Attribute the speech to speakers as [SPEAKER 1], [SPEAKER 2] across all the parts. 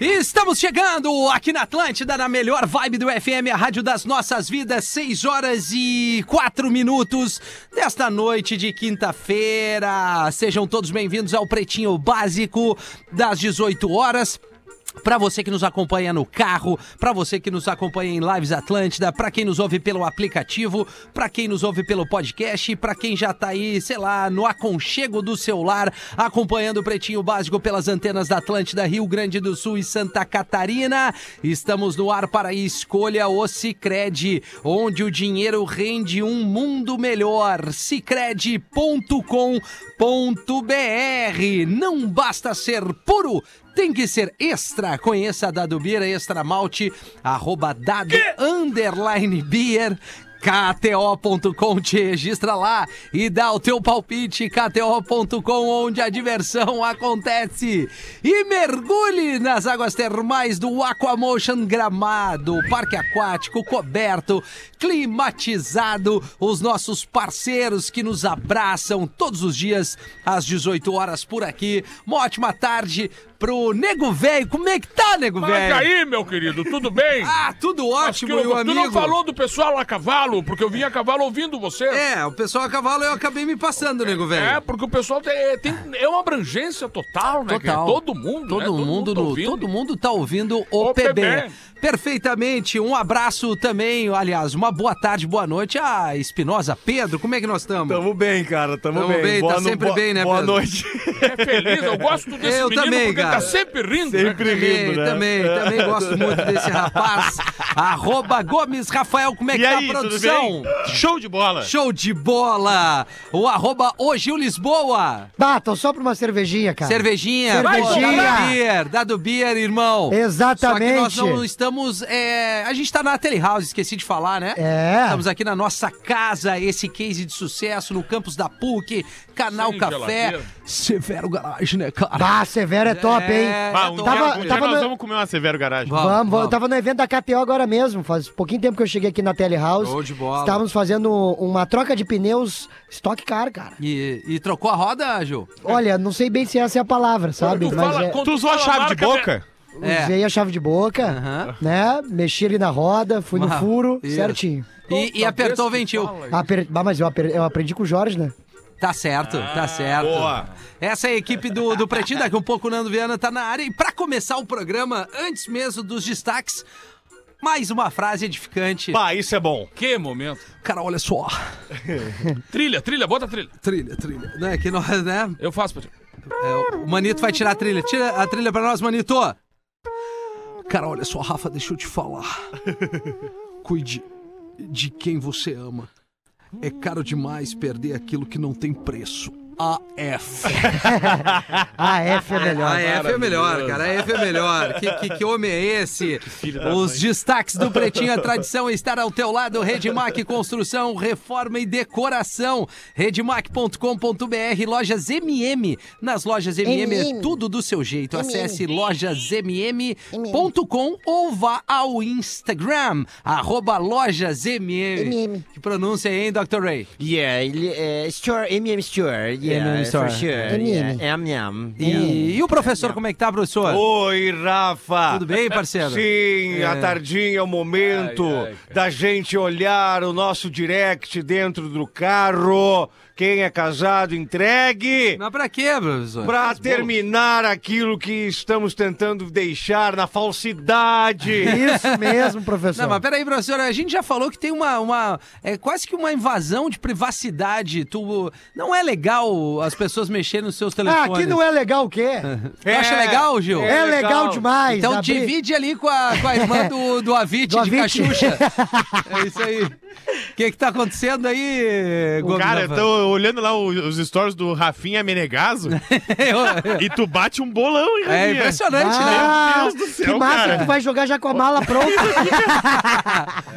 [SPEAKER 1] Estamos chegando aqui na Atlântida, na melhor vibe do FM, a rádio das nossas vidas, 6 horas e 4 minutos desta noite de quinta-feira. Sejam todos bem-vindos ao Pretinho Básico das 18 horas. Para você que nos acompanha no carro, para você que nos acompanha em Lives Atlântida, para quem nos ouve pelo aplicativo, para quem nos ouve pelo podcast, para quem já tá aí, sei lá, no aconchego do celular, acompanhando o Pretinho Básico pelas antenas da Atlântida, Rio Grande do Sul e Santa Catarina. Estamos no ar para a escolha o Sicredi, onde o dinheiro rende um mundo melhor. sicredi.com.br. Não basta ser puro, tem que ser extra. Conheça a Dado Beer, extra malte, arroba dado underline beer. KTO.com te registra lá e dá o teu palpite. KTO.com, onde a diversão acontece. E mergulhe nas águas termais do Aquamotion Gramado, parque aquático coberto, climatizado. Os nossos parceiros que nos abraçam todos os dias às 18 horas por aqui. Uma ótima tarde pro Nego Velho. Como é que tá, Nego
[SPEAKER 2] Mas
[SPEAKER 1] Velho?
[SPEAKER 2] aí, meu querido, tudo bem?
[SPEAKER 1] Ah, tudo
[SPEAKER 2] Mas
[SPEAKER 1] ótimo,
[SPEAKER 2] que
[SPEAKER 1] meu
[SPEAKER 2] eu- tu
[SPEAKER 1] amigo.
[SPEAKER 2] não falou do pessoal a cavalo, porque eu vim a cavalo ouvindo você.
[SPEAKER 1] É, o pessoal a cavalo eu acabei me passando, nego
[SPEAKER 2] É,
[SPEAKER 1] velho.
[SPEAKER 2] porque o pessoal tem, tem- é uma abrangência total, né? cara? Todo mundo,
[SPEAKER 1] Todo
[SPEAKER 2] né?
[SPEAKER 1] mundo,
[SPEAKER 2] tá
[SPEAKER 1] no-
[SPEAKER 2] ouvindo.
[SPEAKER 1] todo mundo tá ouvindo o,
[SPEAKER 2] O
[SPEAKER 1] PB.
[SPEAKER 2] PB.
[SPEAKER 1] Perfeitamente. Um abraço também, aliás, uma boa tarde, boa noite a Espinosa, Pedro, como é que nós estamos?
[SPEAKER 3] Tamo bem, cara, tamo,
[SPEAKER 1] Tamo bem,
[SPEAKER 3] Boa
[SPEAKER 1] tá
[SPEAKER 3] no-
[SPEAKER 1] sempre
[SPEAKER 3] boa-
[SPEAKER 1] bem, né,
[SPEAKER 3] Boa
[SPEAKER 1] Pedro?
[SPEAKER 3] noite.
[SPEAKER 2] É feliz, eu gosto desse
[SPEAKER 1] Eu
[SPEAKER 2] menino
[SPEAKER 1] também,
[SPEAKER 2] porque
[SPEAKER 1] cara.
[SPEAKER 2] tá sempre rindo, né? É.
[SPEAKER 3] Sempre
[SPEAKER 1] Também,
[SPEAKER 3] rindo, né?
[SPEAKER 1] também, também gosto muito desse rapaz. Arroba Gomes Rafael, como é que
[SPEAKER 3] E aí,
[SPEAKER 1] tá a
[SPEAKER 3] tudo
[SPEAKER 1] produção?
[SPEAKER 3] bem? Show de bola.
[SPEAKER 1] Show de bola! O arroba ô Gil Lisboa.
[SPEAKER 4] Batam só pra uma cervejinha, cara.
[SPEAKER 1] Cervejinha,
[SPEAKER 4] Cervejinha.
[SPEAKER 1] Dado Beer, Dado Beer, irmão.
[SPEAKER 4] Exatamente.
[SPEAKER 1] Só que nós não estamos. é, a gente tá na Telehouse, esqueci de falar, né?
[SPEAKER 4] É.
[SPEAKER 1] Estamos aqui na nossa casa, esse case de sucesso no campus da PUC, Canal
[SPEAKER 2] Sem
[SPEAKER 1] Café.
[SPEAKER 2] geladeira.
[SPEAKER 1] Severo Garagem, né, cara?
[SPEAKER 4] Bah, Severo é top,
[SPEAKER 1] É,
[SPEAKER 4] hein?
[SPEAKER 3] Ah, um dia,
[SPEAKER 4] Tava-
[SPEAKER 3] um dia
[SPEAKER 4] tava
[SPEAKER 3] nós
[SPEAKER 4] no-
[SPEAKER 3] vamos comer uma Severo Garagem.
[SPEAKER 1] Vamos,
[SPEAKER 4] Vamos, vamos.
[SPEAKER 1] vamos.
[SPEAKER 4] Eu tava no evento da KTO agora mesmo, faz pouquinho tempo que eu cheguei aqui na Telehouse.
[SPEAKER 1] Show de bola.
[SPEAKER 4] Estávamos fazendo uma troca de pneus Stock Car, cara.
[SPEAKER 1] E, e trocou a roda, Gil?
[SPEAKER 4] Olha, não sei bem se essa é a palavra, sabe?
[SPEAKER 2] tu
[SPEAKER 4] Mas
[SPEAKER 2] fala
[SPEAKER 4] é,
[SPEAKER 2] quando
[SPEAKER 3] Tu usou a
[SPEAKER 2] fala
[SPEAKER 3] chave de
[SPEAKER 2] marca, né?
[SPEAKER 3] boca?
[SPEAKER 1] É.
[SPEAKER 4] usei a chave de boca,
[SPEAKER 1] Aham.
[SPEAKER 4] né? Mexi ali na roda, fui
[SPEAKER 1] Bah,
[SPEAKER 4] no furo,
[SPEAKER 1] isso.
[SPEAKER 4] certinho.
[SPEAKER 1] E, e apertou o ventil.
[SPEAKER 4] Aper... Bah, mas eu, aper- eu aprendi com o Jorge, né?
[SPEAKER 1] Tá certo, tá certo.
[SPEAKER 3] Ah, boa.
[SPEAKER 1] Essa é a equipe do, do Pretinho, daqui um pouco o Nando Viana tá na área. E pra começar o programa, antes mesmo dos destaques, mais uma frase edificante.
[SPEAKER 3] Bah, isso é bom.
[SPEAKER 2] Que momento.
[SPEAKER 1] Cara, olha só.
[SPEAKER 2] Trilha, trilha, bota a trilha.
[SPEAKER 1] Trilha, trilha. Não é que nós, né?
[SPEAKER 2] Eu faço pra ti.
[SPEAKER 1] É, o Manito vai tirar a trilha. Tira a trilha pra nós, Manito. Cara, olha só, Rafa, deixa eu te falar. Cuide de quem você ama. É caro demais perder aquilo que não tem preço. Ah, AF.
[SPEAKER 4] A F é melhor.
[SPEAKER 1] A F é melhor, cara. A F é melhor. Que, que, que homem é esse? Os destaques do Pretinho, a tradição é estar ao teu lado. Redmac Construção, Reforma e Decoração. Redmac.com.br, lojas MM. Nas lojas MM é
[SPEAKER 4] MM.
[SPEAKER 1] tudo do seu jeito. Acesse lojasmm.com ou vá ao Instagram, arroba lojasmm.
[SPEAKER 4] MM.
[SPEAKER 1] Que pronúncia, hein, Dr. Ray?
[SPEAKER 5] Yeah,
[SPEAKER 1] é
[SPEAKER 5] uh, Stuart, MM Stuart, yeah,
[SPEAKER 1] M.M. Stewart.
[SPEAKER 5] for sure.
[SPEAKER 4] M.M..
[SPEAKER 5] Yeah, M.M..
[SPEAKER 1] E, e o professor, como é que tá, professor?
[SPEAKER 3] Oi, Rafa.
[SPEAKER 1] Tudo bem, parceiro?
[SPEAKER 3] Sim, a tardinha é o momento
[SPEAKER 2] Ai, ai, cara.
[SPEAKER 3] da gente olhar o nosso direct dentro do carro. Quem é casado, entregue.
[SPEAKER 1] Mas pra quê, professor?
[SPEAKER 3] Pra terminar aquilo que estamos tentando deixar na falsidade.
[SPEAKER 4] Isso mesmo, professor.
[SPEAKER 1] Não, mas peraí, professora, a gente já falou que tem uma, uma. É quase que uma invasão de privacidade. Tu, não é legal as pessoas mexerem nos seus
[SPEAKER 4] Ah,
[SPEAKER 1] telefones.
[SPEAKER 4] aqui não é legal o quê?
[SPEAKER 1] Tu acha legal, Gil?
[SPEAKER 4] É legal demais.
[SPEAKER 1] Então
[SPEAKER 4] abrir-
[SPEAKER 1] divide ali com a, com a irmã do, do Avit,
[SPEAKER 4] Do
[SPEAKER 1] de
[SPEAKER 4] Avit.
[SPEAKER 1] Cachucha. É isso aí. O que que tá acontecendo aí, Gomes?
[SPEAKER 6] Cara, eu
[SPEAKER 1] Rafa?
[SPEAKER 6] tô olhando lá o- os stories do Rafinha Menegaso e tu bate um bolão, hein,
[SPEAKER 1] É
[SPEAKER 6] Rafinha?
[SPEAKER 1] impressionante, né?
[SPEAKER 4] Ah,
[SPEAKER 6] Meu Deus do céu,
[SPEAKER 4] que massa
[SPEAKER 6] cara.
[SPEAKER 4] que tu vai jogar já com a mala pronta.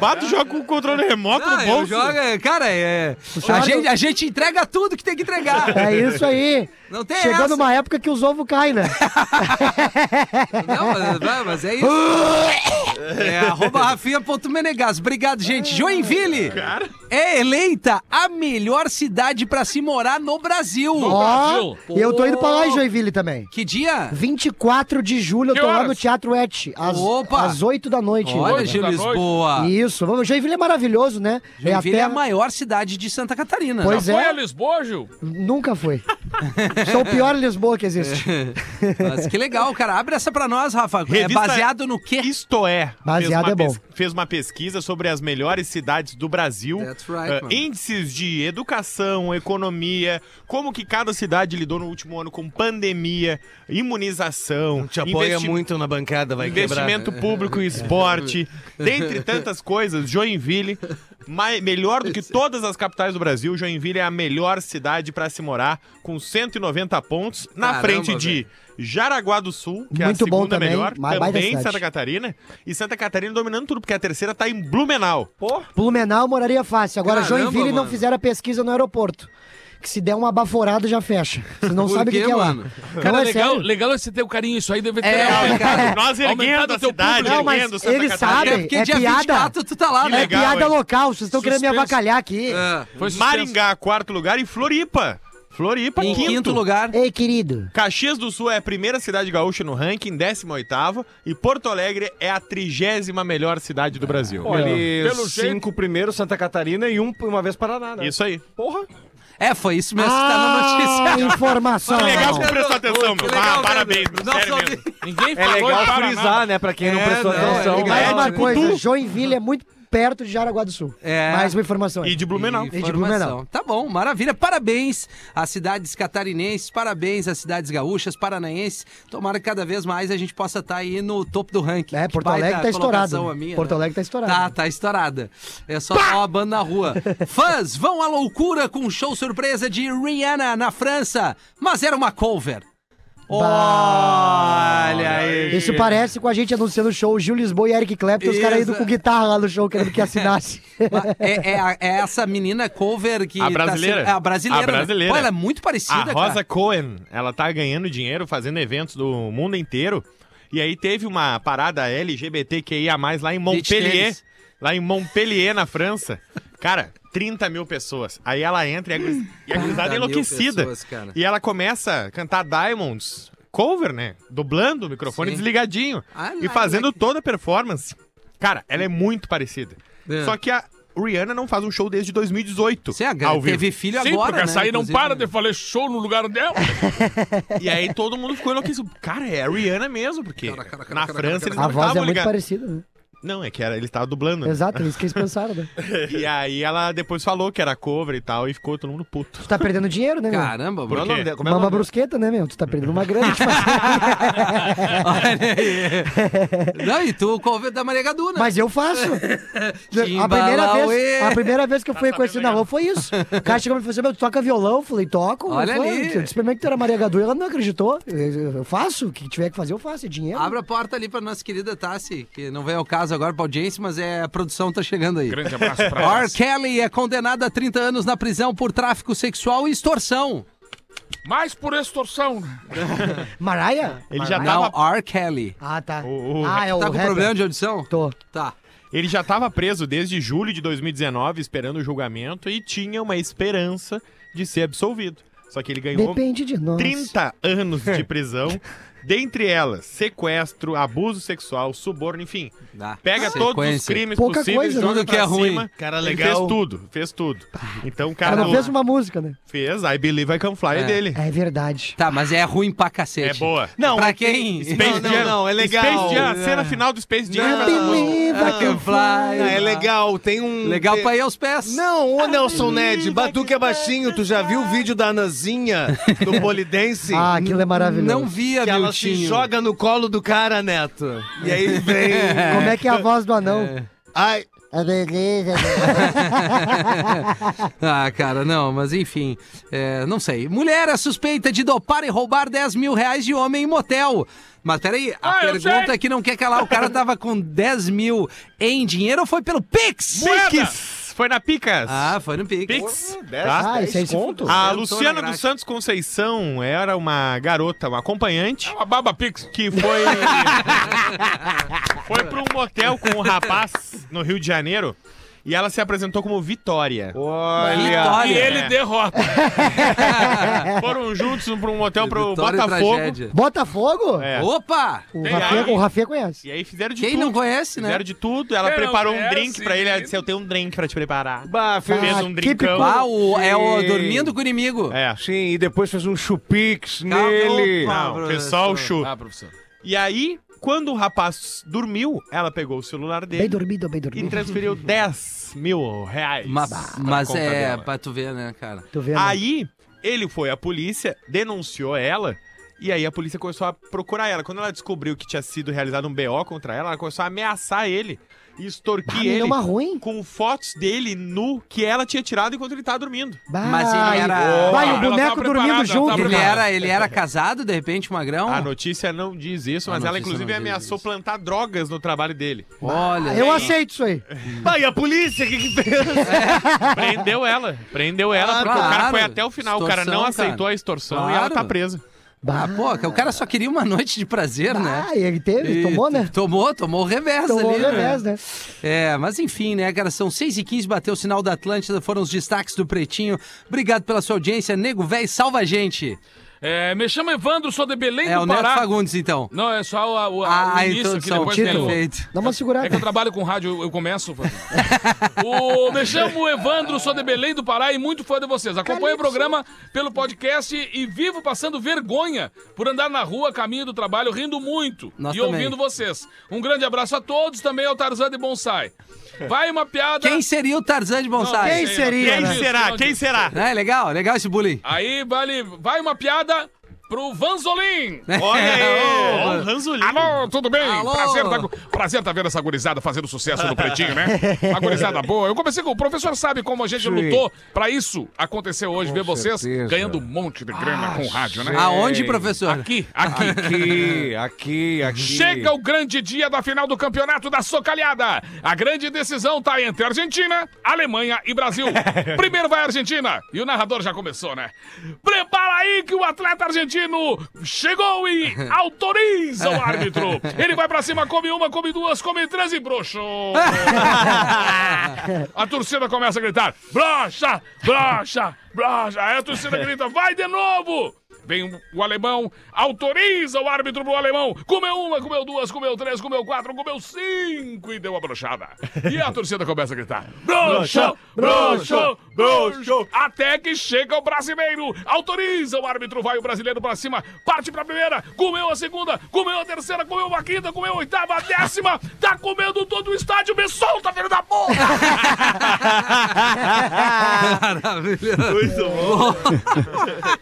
[SPEAKER 6] Bate o jogo com o controle
[SPEAKER 4] Tá
[SPEAKER 6] remoto
[SPEAKER 1] Não,
[SPEAKER 6] no
[SPEAKER 1] Ah, eu
[SPEAKER 6] bolso.
[SPEAKER 1] jogo, cara, é, a,
[SPEAKER 4] senhor-
[SPEAKER 1] gente, a gente entrega tudo que tem que entregar.
[SPEAKER 4] é isso aí.
[SPEAKER 1] Não tem
[SPEAKER 4] Chegou
[SPEAKER 1] essa.
[SPEAKER 4] numa época que os ovos caem, né?
[SPEAKER 1] Não, mas, vai, mas é isso. É arroba rafinha.menegas. Obrigado, gente. Joinville é eleita a melhor cidade pra se morar no Brasil.
[SPEAKER 4] Ó,
[SPEAKER 2] Brasil.
[SPEAKER 4] e eu tô indo pra lá em Joinville também.
[SPEAKER 1] Que dia?
[SPEAKER 4] 24 de julho eu tô lá
[SPEAKER 2] horas?
[SPEAKER 4] no Teatro Et, às,
[SPEAKER 1] Opa!
[SPEAKER 4] às 8 da noite.
[SPEAKER 1] Olha, Gil
[SPEAKER 2] da
[SPEAKER 1] Lisboa.
[SPEAKER 4] Isso, vamos. Joinville é maravilhoso, né?
[SPEAKER 1] Joinville é
[SPEAKER 4] até-
[SPEAKER 1] a maior cidade de Santa Catarina.
[SPEAKER 4] Pois
[SPEAKER 2] Foi a
[SPEAKER 4] é,
[SPEAKER 2] Lisboa, Gil?
[SPEAKER 4] nunca foi. Sou o pior Lisboa que existe.
[SPEAKER 1] É.
[SPEAKER 4] é.
[SPEAKER 1] Mas que legal, cara. Abre essa pra nós, Rafa.
[SPEAKER 6] Revista-
[SPEAKER 1] É baseado no quê?
[SPEAKER 6] Isto é.
[SPEAKER 4] Baseado
[SPEAKER 6] fez uma
[SPEAKER 4] é bom.
[SPEAKER 6] pes- Fez uma pesquisa sobre as melhores cidades do Brasil.
[SPEAKER 1] That's right,
[SPEAKER 6] eh,
[SPEAKER 1] mano.
[SPEAKER 6] índices de educação, economia, como que cada cidade lidou no último ano com pandemia, imunização,
[SPEAKER 7] Te apoia
[SPEAKER 6] investi-
[SPEAKER 7] muito na bancada, vai quebrar. É.
[SPEAKER 6] investimento público e esporte, dentre tantas coisas, Joinville, mai- melhor do que todas as capitais do Brasil, Joinville é a melhor cidade pra se morar, com 190 pontos, na
[SPEAKER 1] Caramba,
[SPEAKER 6] frente de Jaraguá do Sul, que é
[SPEAKER 4] Muito
[SPEAKER 6] a
[SPEAKER 4] bom
[SPEAKER 6] segunda
[SPEAKER 4] também,
[SPEAKER 6] melhor,
[SPEAKER 4] mas baita
[SPEAKER 6] também
[SPEAKER 4] cidade.
[SPEAKER 6] Santa Catarina, e Santa Catarina dominando tudo, porque a terceira tá em Blumenau.
[SPEAKER 4] Blumenau moraria fácil. Agora,
[SPEAKER 1] Caramba,
[SPEAKER 4] Joinville não
[SPEAKER 1] mano.
[SPEAKER 4] fizeram a pesquisa no aeroporto. Que se der uma baforada, já fecha. Você não
[SPEAKER 1] Por
[SPEAKER 4] sabe o
[SPEAKER 1] quê,
[SPEAKER 4] que, que é lá.
[SPEAKER 1] mano?
[SPEAKER 4] Não,
[SPEAKER 2] Cara,
[SPEAKER 4] é
[SPEAKER 2] legal,
[SPEAKER 4] sério.
[SPEAKER 2] legal você ter o carinho, isso aí deve ter né?
[SPEAKER 1] É,
[SPEAKER 2] aumentado.
[SPEAKER 6] Nós erguendo
[SPEAKER 2] Aumentado
[SPEAKER 6] a
[SPEAKER 2] teu
[SPEAKER 6] cidade,
[SPEAKER 2] público.
[SPEAKER 4] Não, mas
[SPEAKER 6] erguendo Santa
[SPEAKER 4] eles
[SPEAKER 6] Catarina.
[SPEAKER 1] É
[SPEAKER 4] sabem.
[SPEAKER 1] porque
[SPEAKER 4] É
[SPEAKER 1] dia
[SPEAKER 4] piada.
[SPEAKER 1] 24 tu tá lá,
[SPEAKER 6] Que
[SPEAKER 1] né?
[SPEAKER 4] É
[SPEAKER 6] legal,
[SPEAKER 4] piada
[SPEAKER 6] hein? Ah.
[SPEAKER 4] local. Vocês estão querendo me
[SPEAKER 2] Suspenso.
[SPEAKER 4] avacalhar aqui.
[SPEAKER 1] É.
[SPEAKER 2] Foi suspenso.
[SPEAKER 6] Maringá, quarto lugar, e Floripa. Floripa,
[SPEAKER 1] Em quinto lugar.
[SPEAKER 4] Ei, querido.
[SPEAKER 6] Caxias do Sul é a primeira cidade gaúcha no ranking, 18ª, e Porto Alegre é a trigésima melhor cidade do Brasil.
[SPEAKER 3] Olha,
[SPEAKER 2] pelo
[SPEAKER 3] cinco primeiro Santa Catarina e um, uma vez Paraná, né?
[SPEAKER 6] Isso aí.
[SPEAKER 3] Porra.
[SPEAKER 1] É, foi isso mesmo que tá na
[SPEAKER 4] Ah,
[SPEAKER 1] notícia.
[SPEAKER 4] Informação.
[SPEAKER 6] Que legal que é.
[SPEAKER 1] Não.
[SPEAKER 6] prestou atenção,
[SPEAKER 1] Que
[SPEAKER 6] meu.
[SPEAKER 1] legal,
[SPEAKER 6] Ah,
[SPEAKER 1] né,
[SPEAKER 6] parabéns, meu.
[SPEAKER 1] meu? Não
[SPEAKER 6] Sério
[SPEAKER 1] soube.
[SPEAKER 6] mesmo.
[SPEAKER 2] Ninguém
[SPEAKER 3] É
[SPEAKER 2] falou em
[SPEAKER 3] legal
[SPEAKER 2] Paraná.
[SPEAKER 3] frisar, né, pra quem não
[SPEAKER 1] É,
[SPEAKER 3] prestou
[SPEAKER 1] não, é
[SPEAKER 3] atenção.
[SPEAKER 1] legal.
[SPEAKER 4] Mais uma
[SPEAKER 1] Cutu.
[SPEAKER 4] coisa. Joinville é muito perto de Jaraguá do Sul.
[SPEAKER 1] É.
[SPEAKER 4] Mais uma informação. aí.
[SPEAKER 6] E de Blumenau.
[SPEAKER 4] de
[SPEAKER 1] Informação.
[SPEAKER 4] Blumenau.
[SPEAKER 1] Tá bom, maravilha. Parabéns às cidades catarinenses, parabéns às cidades gaúchas, paranaenses. Tomara que cada vez mais a gente possa estar aí no topo do ranking.
[SPEAKER 4] É,
[SPEAKER 1] Que
[SPEAKER 4] Porto
[SPEAKER 1] baita
[SPEAKER 4] Alegre tá estourado.
[SPEAKER 1] colocação a minha,
[SPEAKER 4] Porto
[SPEAKER 1] né?
[SPEAKER 4] Alegre tá estourado.
[SPEAKER 1] Tá, tá estourada. É só dar uma banda na rua. Fãs vão à loucura com um show surpresa de Rihanna na França, mas era uma cover. Olha aí.
[SPEAKER 4] Isso parece com a gente anunciando o show Gil Lisboa e Eric Clapton, os caras indo
[SPEAKER 1] Isso.
[SPEAKER 4] com guitarra lá no show querendo que assinasse.
[SPEAKER 1] É, é a- é essa menina cover que.
[SPEAKER 6] A
[SPEAKER 1] tá
[SPEAKER 6] brasileira.
[SPEAKER 1] sendo- é a brasileira.
[SPEAKER 6] A brasileira.
[SPEAKER 1] Né? Pô, ela é muito parecida,
[SPEAKER 6] A Rosa
[SPEAKER 1] cara.
[SPEAKER 6] Cohen, ela tá ganhando dinheiro fazendo eventos do mundo inteiro. E aí teve uma parada LGBTQIA+, lá em Montpellier.
[SPEAKER 1] tênis.
[SPEAKER 6] Lá em Montpellier, na França. Cara, 30 mil pessoas. Aí ela entra e a, gris- e a gurizada é
[SPEAKER 1] 30 mil
[SPEAKER 6] enlouquecida.
[SPEAKER 1] pessoas, cara.
[SPEAKER 6] e ela começa a cantar Diamonds, cover, né? Dublando o microfone
[SPEAKER 1] Sim. Ah,
[SPEAKER 6] desligadinho.
[SPEAKER 1] I
[SPEAKER 6] e
[SPEAKER 1] like
[SPEAKER 6] fazendo
[SPEAKER 1] it.
[SPEAKER 6] toda a performance. Cara, ela é muito parecida.
[SPEAKER 1] É.
[SPEAKER 6] Só que a Rihanna não faz um show desde 2018.
[SPEAKER 1] Você é,
[SPEAKER 6] ao vivo.
[SPEAKER 1] teve filho
[SPEAKER 2] Sim,
[SPEAKER 1] agora.
[SPEAKER 2] porque
[SPEAKER 1] né,
[SPEAKER 2] essa aí não
[SPEAKER 1] inclusive,
[SPEAKER 2] para
[SPEAKER 1] né?
[SPEAKER 2] de falar show no lugar dela. Um
[SPEAKER 6] E aí todo mundo ficou enlouquecido. Cara, é a Rihanna mesmo, porque
[SPEAKER 1] Cara, cara, cara,
[SPEAKER 6] na
[SPEAKER 1] cara,
[SPEAKER 6] França
[SPEAKER 1] cara,
[SPEAKER 6] eles
[SPEAKER 4] A
[SPEAKER 6] não
[SPEAKER 4] voz é
[SPEAKER 6] estavam
[SPEAKER 4] muito
[SPEAKER 6] ligados.
[SPEAKER 4] parecida, né?
[SPEAKER 6] Não, é que era, ele tava dublando. né?
[SPEAKER 4] Exato, é isso que eles pensaram, né?
[SPEAKER 6] E aí ela depois falou que era cover e tal, e ficou todo mundo puto.
[SPEAKER 4] Tu tá perdendo dinheiro, né, meu?
[SPEAKER 1] Caramba,
[SPEAKER 6] Por
[SPEAKER 1] mano.
[SPEAKER 6] quê?
[SPEAKER 3] dela? Como é o
[SPEAKER 4] Mama
[SPEAKER 3] nome?
[SPEAKER 4] brusqueta, né, meu? Tu tá perdendo uma grana. Tipo assim.
[SPEAKER 1] Olha aí. Não, e tu, o cover da Maria Gadu, né?
[SPEAKER 4] Mas eu faço. a, primeira
[SPEAKER 1] Timbalauê. Tá
[SPEAKER 4] vez, a primeira vez que eu fui reconhecido na rua foi isso. O cara chegou e me falou assim, meu, tu toca violão? Eu falei, toco.
[SPEAKER 1] Olha
[SPEAKER 4] eu falei,
[SPEAKER 1] ali.
[SPEAKER 4] Eu disse pra mim que tu era Maria Gadu e ela não acreditou. Eu, eu- eu faço, o que tiver que fazer eu faço, é dinheiro.
[SPEAKER 1] Abra a porta ali pra nossa querida Tassi, que não vem ao caso agora pra audiência, mas é a produção tá chegando aí.
[SPEAKER 2] Grande abraço pra
[SPEAKER 1] R.
[SPEAKER 2] nós.
[SPEAKER 1] Kelly é condenado a 30 anos na prisão por tráfico sexual e extorsão.
[SPEAKER 2] Mais por extorsão. né?
[SPEAKER 4] Maraia?
[SPEAKER 6] Ele já
[SPEAKER 1] Não,
[SPEAKER 6] tava,
[SPEAKER 1] R. Kelly.
[SPEAKER 4] Ah, tá.
[SPEAKER 6] O- o-
[SPEAKER 4] ah, é o
[SPEAKER 1] Tá com
[SPEAKER 4] rapper.
[SPEAKER 1] problema de audição?
[SPEAKER 4] Tô.
[SPEAKER 1] Tá.
[SPEAKER 6] ele já tava preso desde julho de 2019, esperando o julgamento, e tinha uma esperança de ser absolvido. Só que ele ganhou
[SPEAKER 4] Depende de nós.
[SPEAKER 6] 30 anos de prisão, dentre elas sequestro, abuso sexual, suborno, enfim.
[SPEAKER 1] Dá.
[SPEAKER 6] Pega todos os
[SPEAKER 1] Sequência.
[SPEAKER 6] crimes
[SPEAKER 4] Pouca
[SPEAKER 6] possíveis,
[SPEAKER 4] coisa, né?
[SPEAKER 6] joga
[SPEAKER 1] Tudo que é
[SPEAKER 6] pra
[SPEAKER 1] ruim.
[SPEAKER 6] cima.
[SPEAKER 7] Cara
[SPEAKER 6] Ele
[SPEAKER 7] legal.
[SPEAKER 6] fez tudo, fez tudo. Então o cara
[SPEAKER 4] Ela
[SPEAKER 6] do-
[SPEAKER 4] fez uma música, né?
[SPEAKER 6] fez I Believe I Can Fly
[SPEAKER 1] É.
[SPEAKER 6] dele.
[SPEAKER 4] É verdade.
[SPEAKER 1] Tá, mas é ruim pra
[SPEAKER 6] É
[SPEAKER 1] cacete.
[SPEAKER 6] boa.
[SPEAKER 7] Não,
[SPEAKER 1] Pra
[SPEAKER 7] é que-
[SPEAKER 1] quem-
[SPEAKER 7] Space
[SPEAKER 6] Não, não,
[SPEAKER 7] Jam.
[SPEAKER 6] não,
[SPEAKER 7] é legal.
[SPEAKER 6] Space Jam, a
[SPEAKER 1] É.
[SPEAKER 6] cena final do Space Jam.
[SPEAKER 7] Não.
[SPEAKER 6] é essa música.
[SPEAKER 4] Believe I can fly.
[SPEAKER 7] Ah, é legal, tem um.
[SPEAKER 1] Legal
[SPEAKER 7] tem-
[SPEAKER 1] pra ir aos pés.
[SPEAKER 7] Não, ô Nelson Ned, Batuque é baixinho, tu já viu o vídeo da Anazinha do Polidense?
[SPEAKER 4] Ah, aquilo é maravilhoso.
[SPEAKER 1] Não via,
[SPEAKER 7] que
[SPEAKER 1] meu
[SPEAKER 7] ela se joga no colo do cara, Neto. E aí vem.
[SPEAKER 4] Como é que é a voz do anão?
[SPEAKER 7] Ai,
[SPEAKER 4] A beleza. é
[SPEAKER 1] Ah, cara, não, mas enfim, é, não sei. Mulher é suspeita de dopar e roubar 10 mil reais de homem em motel. Mas peraí, a
[SPEAKER 2] Ah, eu
[SPEAKER 1] pergunta é
[SPEAKER 2] sei.
[SPEAKER 1] que não quer calar, o cara tava com 10 mil em dinheiro ou foi pelo Pix?
[SPEAKER 2] Moeda!
[SPEAKER 1] Pix!
[SPEAKER 6] Foi na Picas.
[SPEAKER 1] Ah, foi no Pix.
[SPEAKER 6] Pix. tá?
[SPEAKER 4] Ah, isso aí se
[SPEAKER 7] conto?
[SPEAKER 6] A
[SPEAKER 1] Eu tô na
[SPEAKER 6] Luciana
[SPEAKER 1] graxa.
[SPEAKER 6] dos Santos Conceição era uma garota, uma acompanhante,
[SPEAKER 2] É Uma baba pix.
[SPEAKER 6] que foi. foi pra um motel com um rapaz no Rio de Janeiro e ela se apresentou como Vitória.
[SPEAKER 1] Vitória.
[SPEAKER 2] E ele derrota.
[SPEAKER 6] Foram juntos pra um motel pro
[SPEAKER 1] Vitória e
[SPEAKER 6] Botafogo.
[SPEAKER 1] tragédia.
[SPEAKER 4] Botafogo?
[SPEAKER 6] É.
[SPEAKER 1] Opa!
[SPEAKER 4] O,
[SPEAKER 6] Tem
[SPEAKER 4] Rafinha,
[SPEAKER 6] aí.
[SPEAKER 4] o Rafinha conhece.
[SPEAKER 6] E aí fizeram de
[SPEAKER 1] Quem
[SPEAKER 6] tudo.
[SPEAKER 2] Tipo,
[SPEAKER 1] não conhece, né?
[SPEAKER 6] Fizeram de tudo. Ela
[SPEAKER 2] Quem não
[SPEAKER 6] preparou um
[SPEAKER 2] conhece,
[SPEAKER 6] drink pra ele. Ela disse:
[SPEAKER 2] sim.
[SPEAKER 6] Eu tenho um drink pra te preparar.
[SPEAKER 3] Bah,
[SPEAKER 6] Fez
[SPEAKER 3] fez...
[SPEAKER 6] um
[SPEAKER 4] que
[SPEAKER 6] drinkão.
[SPEAKER 1] Ah, o, é o Dormindo com o Inimigo.
[SPEAKER 6] É.
[SPEAKER 3] Sim, e depois fez um chupix
[SPEAKER 1] Calma,
[SPEAKER 3] nele.
[SPEAKER 1] opa.
[SPEAKER 6] Não, o pessoal chu.
[SPEAKER 2] Ah, professor.
[SPEAKER 6] E aí, quando o rapaz dormiu, ela pegou o celular
[SPEAKER 4] Bem
[SPEAKER 6] dele
[SPEAKER 4] dormido, bem
[SPEAKER 6] e
[SPEAKER 3] Uhum.
[SPEAKER 4] dormido.
[SPEAKER 6] transferiu 10 mil reais.
[SPEAKER 1] Mas,
[SPEAKER 6] pra
[SPEAKER 1] mas
[SPEAKER 6] conta
[SPEAKER 1] é
[SPEAKER 6] dela.
[SPEAKER 1] pra tu ver, né, cara?
[SPEAKER 4] Tu vê, né?
[SPEAKER 6] Aí, ele foi à polícia, denunciou ela. E aí a polícia começou a procurar ela. Quando ela descobriu que tinha sido realizado um BO contra ela, ela começou a ameaçar ele e extorquir
[SPEAKER 4] Bah,
[SPEAKER 6] ele
[SPEAKER 4] menina, uma ruim.
[SPEAKER 6] com fotos dele nu que ela tinha tirado enquanto ele tava dormindo.
[SPEAKER 4] Bah,
[SPEAKER 1] Mas ele era-
[SPEAKER 4] Vai,
[SPEAKER 6] Ela
[SPEAKER 4] o
[SPEAKER 6] tá
[SPEAKER 4] boneco dormindo
[SPEAKER 2] preparada,
[SPEAKER 4] junto.
[SPEAKER 2] tá
[SPEAKER 1] Ele
[SPEAKER 2] preparada.
[SPEAKER 1] era, ele era casado, de repente, magrão?
[SPEAKER 6] A notícia não diz isso,
[SPEAKER 1] A
[SPEAKER 6] mas ela
[SPEAKER 1] notícia não
[SPEAKER 6] inclusive
[SPEAKER 1] diz
[SPEAKER 6] ameaçou
[SPEAKER 1] isso.
[SPEAKER 6] plantar drogas no trabalho dele.
[SPEAKER 1] Olha,
[SPEAKER 4] Eu aceito isso aí.
[SPEAKER 7] Pai, a polícia, o que que fez?
[SPEAKER 6] É. prendeu ela, prendeu ela, porque o cara
[SPEAKER 1] claro.
[SPEAKER 6] foi até o final. o cara
[SPEAKER 1] Extorsão,
[SPEAKER 6] não aceitou
[SPEAKER 1] cara.
[SPEAKER 6] a extorsão e
[SPEAKER 1] Claro.
[SPEAKER 6] ela tá presa.
[SPEAKER 1] Ah, pô, o cara só queria uma noite de prazer, né?
[SPEAKER 4] Ah, e ele teve,
[SPEAKER 1] E
[SPEAKER 4] tomou, né?
[SPEAKER 1] Tomou, tomou o reverso
[SPEAKER 4] Tomou o
[SPEAKER 1] ali.
[SPEAKER 4] revés, né?
[SPEAKER 1] É, mas enfim, né, cara? São 6 e 15 bateu o sinal da Atlântida, foram os destaques do Pretinho. Obrigado pela sua audiência. Nego velho, salva a gente.
[SPEAKER 2] É, me chamo Evandro, sou de Belém
[SPEAKER 1] É, o
[SPEAKER 2] do
[SPEAKER 1] Neto
[SPEAKER 2] Pará.
[SPEAKER 1] Fagundes, então.
[SPEAKER 2] Não, é só o, a- o,
[SPEAKER 1] Ah,
[SPEAKER 2] o
[SPEAKER 1] a
[SPEAKER 2] início que
[SPEAKER 1] introdução, o
[SPEAKER 2] depois tem
[SPEAKER 1] título
[SPEAKER 2] o...
[SPEAKER 1] feito.
[SPEAKER 4] Dá uma
[SPEAKER 2] É que
[SPEAKER 4] segurada.
[SPEAKER 2] eu trabalho com rádio, eu- eu começo. Fábio. o, me chamo Evandro, sou de Belém do Pará e muito fã de vocês. Acompanho o programa pelo podcast e vivo passando vergonha por andar na rua, caminho do trabalho, rindo muito
[SPEAKER 1] Nós
[SPEAKER 2] e
[SPEAKER 1] também.
[SPEAKER 2] ouvindo vocês. Um grande abraço a todos, também ao Tarzan de Bonsai. Vai uma piada.
[SPEAKER 1] Quem seria o Tarzan de Bonsai?
[SPEAKER 4] Quem
[SPEAKER 2] sei,
[SPEAKER 4] seria,
[SPEAKER 2] não
[SPEAKER 6] Quem né?
[SPEAKER 2] disse,
[SPEAKER 6] será?
[SPEAKER 2] não
[SPEAKER 6] Quem
[SPEAKER 2] disse.
[SPEAKER 6] será?
[SPEAKER 1] É, legal, legal esse bullying.
[SPEAKER 2] Aí vale, vai uma piada pro Vanzolin.
[SPEAKER 6] Olha aí, É, ó, o
[SPEAKER 1] Ô,
[SPEAKER 6] Ranzolin.
[SPEAKER 2] Alô, tudo bem?
[SPEAKER 1] Alô.
[SPEAKER 2] Prazer tá, prazer tá vendo essa gurizada fazendo sucesso no Pretinho, né? Uma gurizada boa. Eu comecei com o professor sabe como a gente lutou pra isso acontecer hoje, ver vocês
[SPEAKER 3] certeza.
[SPEAKER 2] ganhando um monte de grana com rádio, né?
[SPEAKER 1] Ah, Aonde, professor? Ah,
[SPEAKER 2] Aqui, aqui.
[SPEAKER 3] Aqui, aqui, aqui.
[SPEAKER 2] Chega o grande dia da final do campeonato da Socalhada. A grande decisão tá entre Argentina, Alemanha e Brasil. Primeiro vai a Argentina. E o narrador já começou, né? Prepara aí que o atleta argentino chegou e autoriza o árbitro. Ele vai pra cima, come uma, come duas, come três e broxou. A torcida começa a gritar: brocha, brocha, brocha. Aí a torcida grita: vai de novo. Vem o alemão, autoriza o árbitro pro alemão. Comeu uma, comeu duas, comeu três, comeu quatro, comeu cinco e deu a brochada. E a torcida começa a gritar: brocha, brocha, brocha. Até que chega o brasileiro, autoriza o árbitro, vai o brasileiro pra cima, parte pra primeira, comeu a segunda, comeu a terceira, comeu a quinta, comeu a oitava, a décima. Tá comendo todo o estádio, me solta, filho da porra!
[SPEAKER 1] Maravilhoso.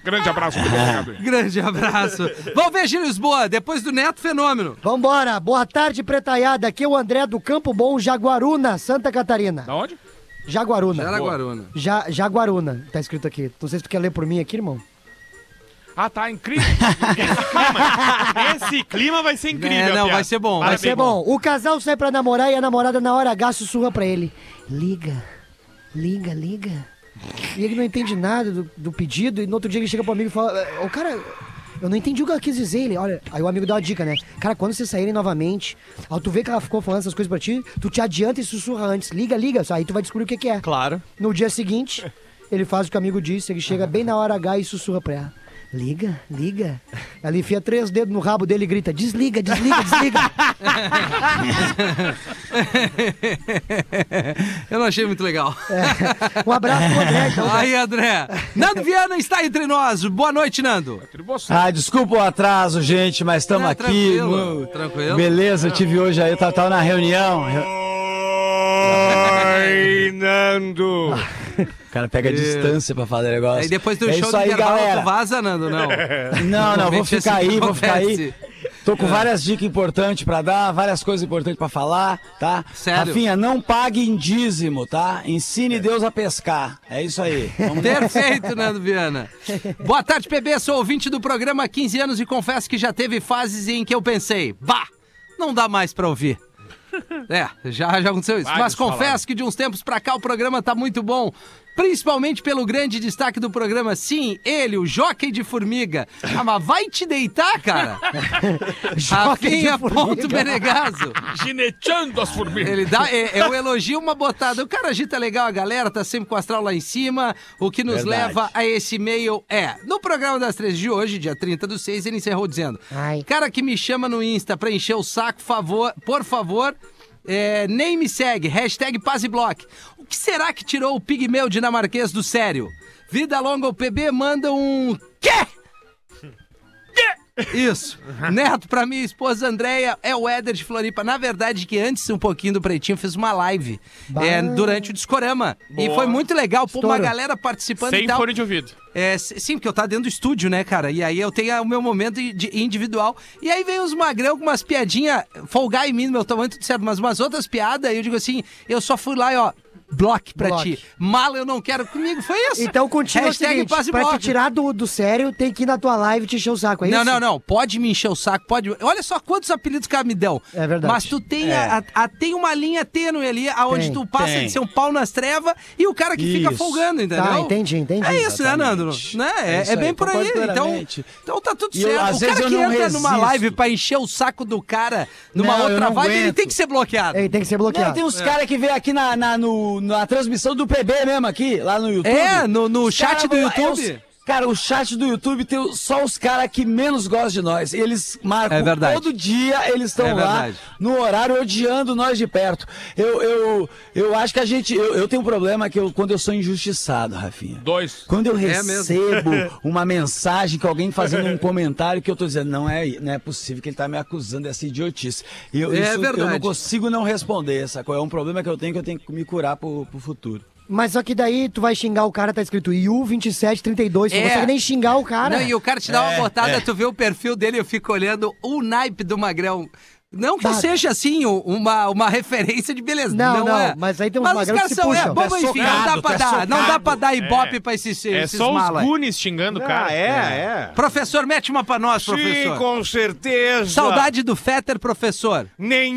[SPEAKER 2] Grande abraço, muito obrigado.
[SPEAKER 1] Grande abraço. Vamos ver, Gil Lisboa, depois do Neto Fenômeno.
[SPEAKER 4] Vambora, boa tarde, pretaiada. Aqui é o André do Campo Bom, Jaguaruna, Santa Catarina.
[SPEAKER 2] Da onde?
[SPEAKER 4] Jaguaruna.
[SPEAKER 1] Jaraguaruna.
[SPEAKER 4] Ja- Jaguaruna, tá escrito aqui. Não sei se tu quer ler por mim aqui, irmão.
[SPEAKER 2] Ah, tá, incrível.
[SPEAKER 6] Esse clima vai ser incrível.
[SPEAKER 1] É, não,
[SPEAKER 6] piada.
[SPEAKER 1] vai ser bom.
[SPEAKER 4] Vai
[SPEAKER 6] Parabéns,
[SPEAKER 4] ser bom. O casal sai pra namorar e a namorada na hora H sussurra pra ele. Liga, liga, liga. E ele não entende nada do, do pedido e no outro dia ele chega pro amigo e fala, "Ah, ô cara, eu não entendi o que ela quis dizer. Ele, olha, aí o amigo dá uma dica, né? Cara, quando vocês saírem novamente, ao tu vê que ela ficou falando essas coisas pra ti, tu te adianta e sussurra antes. Liga, liga, aí tu vai descobrir o que que é.
[SPEAKER 6] Claro.
[SPEAKER 4] No dia seguinte, ele faz o que o amigo disse, ele chega bem na hora H e sussurra pra ela. Liga, liga. Ela enfia três dedos no rabo dele e grita: desliga, desliga, desliga.
[SPEAKER 1] Eu não achei muito legal.
[SPEAKER 8] É.
[SPEAKER 4] Um abraço pro André, então.
[SPEAKER 1] Aí, André. Nando Viana está entre nós. Boa noite, Nando.
[SPEAKER 8] Ah, desculpa o atraso, gente, mas estamos
[SPEAKER 1] Não,
[SPEAKER 8] aqui.
[SPEAKER 1] tranquilo,
[SPEAKER 8] mu-
[SPEAKER 1] tranquilo.
[SPEAKER 8] Beleza, eu tive hoje aí, eu tava, tava na reunião. re-
[SPEAKER 3] Oi, Nando.
[SPEAKER 6] Ah,
[SPEAKER 1] Ah,
[SPEAKER 8] O cara pega a distância pra falar negócio.
[SPEAKER 1] Aí depois do
[SPEAKER 8] é
[SPEAKER 1] show
[SPEAKER 8] isso
[SPEAKER 1] do
[SPEAKER 8] aí,
[SPEAKER 1] intervalo,
[SPEAKER 8] galera.
[SPEAKER 1] tu vaza, Nando, não.
[SPEAKER 8] Não, não, vou
[SPEAKER 1] Normalmente é
[SPEAKER 8] ficar
[SPEAKER 1] assim que
[SPEAKER 8] aí, vou ficar aí.
[SPEAKER 1] acontece. É.
[SPEAKER 8] Tô com várias dicas importantes pra dar, várias coisas importantes pra falar, tá?
[SPEAKER 1] Sério?
[SPEAKER 8] Rafinha, não pague em dízimo, tá? Ensine Deus a pescar. É isso aí. Vamos
[SPEAKER 1] Perfeito, Nando Viana. Boa tarde, PB. Sou ouvinte do programa há 15 anos e confesso que já teve fases em que eu pensei, bah, não dá mais pra ouvir. É, já, já aconteceu isso.
[SPEAKER 6] Vários
[SPEAKER 1] Mas confesso
[SPEAKER 6] falaram.
[SPEAKER 1] que de uns tempos pra cá o programa tá muito bom. Principalmente pelo grande destaque do programa. Sim, ele, o Jockey de Formiga. Ah, mas vai te deitar, cara.
[SPEAKER 2] Jockey de
[SPEAKER 1] Rafinha
[SPEAKER 2] Formiga.
[SPEAKER 1] Ponto Benegaso.
[SPEAKER 2] Gineteando as formigas.
[SPEAKER 1] Ele dá, é, é um elogio, uma botada. O cara agita legal a galera, tá sempre com o astral lá em cima. O que nos
[SPEAKER 9] Verdade.
[SPEAKER 1] leva a esse e-mail é: no programa das 13 de hoje, dia 30 do 6, ele encerrou dizendo: Cara que me chama no Insta pra encher o saco, favor, por favor. é, nem me segue, hashtag PazBlock. O que será que tirou o pigmeu dinamarquês do sério? Vida longa, o PB manda um. Quê? Isso. Neto, pra minha esposa Andréia, é o Éder de Floripa. Na verdade, que antes um pouquinho do Pretinho, fiz uma live é, durante o Discorama. E
[SPEAKER 6] Boa.
[SPEAKER 1] foi muito legal. Pô, uma
[SPEAKER 6] Estouro.
[SPEAKER 1] galera participando
[SPEAKER 6] Sem
[SPEAKER 1] e tal.
[SPEAKER 6] fone de ouvido.
[SPEAKER 1] É, s- sim, porque eu tava dentro do estúdio, né, cara? E aí eu tenho ah, o meu momento i- de- individual. E aí vem os magrão com umas piadinhas, folgar em mim no meu tamanho, tudo certo, mas umas outras piadas, e eu digo assim, eu só fui lá e ó, block pra
[SPEAKER 4] Block.
[SPEAKER 1] ti. Mala eu não quero comigo, foi isso.
[SPEAKER 4] Então contigo é o
[SPEAKER 1] Hashtag
[SPEAKER 4] seguinte,
[SPEAKER 1] passe
[SPEAKER 4] pra te
[SPEAKER 1] block.
[SPEAKER 4] tirar do, do sério, tem que ir na tua live e te encher o saco, é
[SPEAKER 1] não,
[SPEAKER 4] isso?
[SPEAKER 1] não, não. Pode me encher o saco, pode. Olha só quantos apelidos que me dão. É
[SPEAKER 4] verdade.
[SPEAKER 1] Mas tu tem,
[SPEAKER 4] É.
[SPEAKER 1] a- a- tem uma linha tênue ali, aonde
[SPEAKER 4] Tem,
[SPEAKER 1] tu passa
[SPEAKER 4] tem.
[SPEAKER 1] de ser um pau nas trevas e o cara que fica
[SPEAKER 4] Isso.
[SPEAKER 1] folgando, entendeu?
[SPEAKER 4] Tá, entendi, entendi.
[SPEAKER 1] É isso, né,
[SPEAKER 4] Exatamente.
[SPEAKER 1] Nando? Né? É,
[SPEAKER 4] É isso
[SPEAKER 1] é bem
[SPEAKER 4] aí,
[SPEAKER 1] por aí.
[SPEAKER 4] concordo
[SPEAKER 1] Então,
[SPEAKER 4] plenamente.
[SPEAKER 1] então tá tudo
[SPEAKER 4] E eu-
[SPEAKER 1] certo.
[SPEAKER 4] às
[SPEAKER 1] o
[SPEAKER 4] vezes
[SPEAKER 1] cara
[SPEAKER 4] eu
[SPEAKER 1] que entra
[SPEAKER 4] não
[SPEAKER 1] numa
[SPEAKER 4] resisto.
[SPEAKER 1] live pra encher o saco do cara numa
[SPEAKER 4] Não, eu
[SPEAKER 1] outra
[SPEAKER 4] não
[SPEAKER 1] vibe, ele
[SPEAKER 4] aguento.
[SPEAKER 1] tem que ser bloqueado.
[SPEAKER 4] Ele tem que ser bloqueado.
[SPEAKER 1] Não,
[SPEAKER 8] tem uns caras que vêm aqui na, na, no- na transmissão do PB mesmo aqui, lá no YouTube.
[SPEAKER 1] É, no- no
[SPEAKER 8] Os
[SPEAKER 1] chat
[SPEAKER 8] cara
[SPEAKER 1] do
[SPEAKER 8] vão-
[SPEAKER 1] YouTube.
[SPEAKER 8] é os- Cara, o chat do YouTube tem o- só os caras que menos gostam de nós. Eles marcam
[SPEAKER 1] É verdade.
[SPEAKER 8] todo dia, eles estão
[SPEAKER 1] É
[SPEAKER 8] lá
[SPEAKER 1] verdade.
[SPEAKER 8] no horário odiando nós de perto. Eu, eu, eu acho que a gente. Eu, eu tenho um problema que eu, quando eu sou injustiçado, Rafinha.
[SPEAKER 2] Dois.
[SPEAKER 8] Quando eu
[SPEAKER 2] É mesmo.
[SPEAKER 8] recebo uma mensagem que alguém fazendo um comentário que eu tô dizendo, não é, não é possível que ele tá me acusando dessa idiotice. E eu,
[SPEAKER 1] É
[SPEAKER 8] isso, eu
[SPEAKER 1] verdade.
[SPEAKER 8] não consigo não responder, sacou? É um problema que eu tenho que eu tenho que me curar pro, pro futuro.
[SPEAKER 4] Mas só que daí tu vai xingar o cara, tá escrito IU2732, tu
[SPEAKER 1] É.
[SPEAKER 4] não consegue nem xingar o cara.
[SPEAKER 1] Não, e o cara te dá uma
[SPEAKER 4] É,
[SPEAKER 1] botada,
[SPEAKER 4] é.
[SPEAKER 1] tu vê o perfil dele, eu fico olhando o naipe do magrão. Não que eu seja assim um- uma, uma referência de beleza.
[SPEAKER 4] Não,
[SPEAKER 1] Não,
[SPEAKER 4] não,
[SPEAKER 1] é.
[SPEAKER 4] mas aí tem uns
[SPEAKER 1] Mas os
[SPEAKER 4] magrão que
[SPEAKER 1] caras
[SPEAKER 4] se
[SPEAKER 1] são, é,
[SPEAKER 4] puxam.
[SPEAKER 1] bobo,
[SPEAKER 4] É
[SPEAKER 1] enfim, não dá
[SPEAKER 4] socado,
[SPEAKER 1] pra
[SPEAKER 4] é
[SPEAKER 1] dar, não dá
[SPEAKER 4] socado.
[SPEAKER 1] pra dar ibope
[SPEAKER 6] É.
[SPEAKER 1] pra esses,
[SPEAKER 6] É
[SPEAKER 1] esses
[SPEAKER 6] só
[SPEAKER 1] mala.
[SPEAKER 6] os gunes xingando o cara. É.
[SPEAKER 1] Professor, mete uma pra nós,
[SPEAKER 6] Sim,
[SPEAKER 1] é. professor.
[SPEAKER 6] com
[SPEAKER 3] certeza.
[SPEAKER 1] Saudade do Fetter, professor.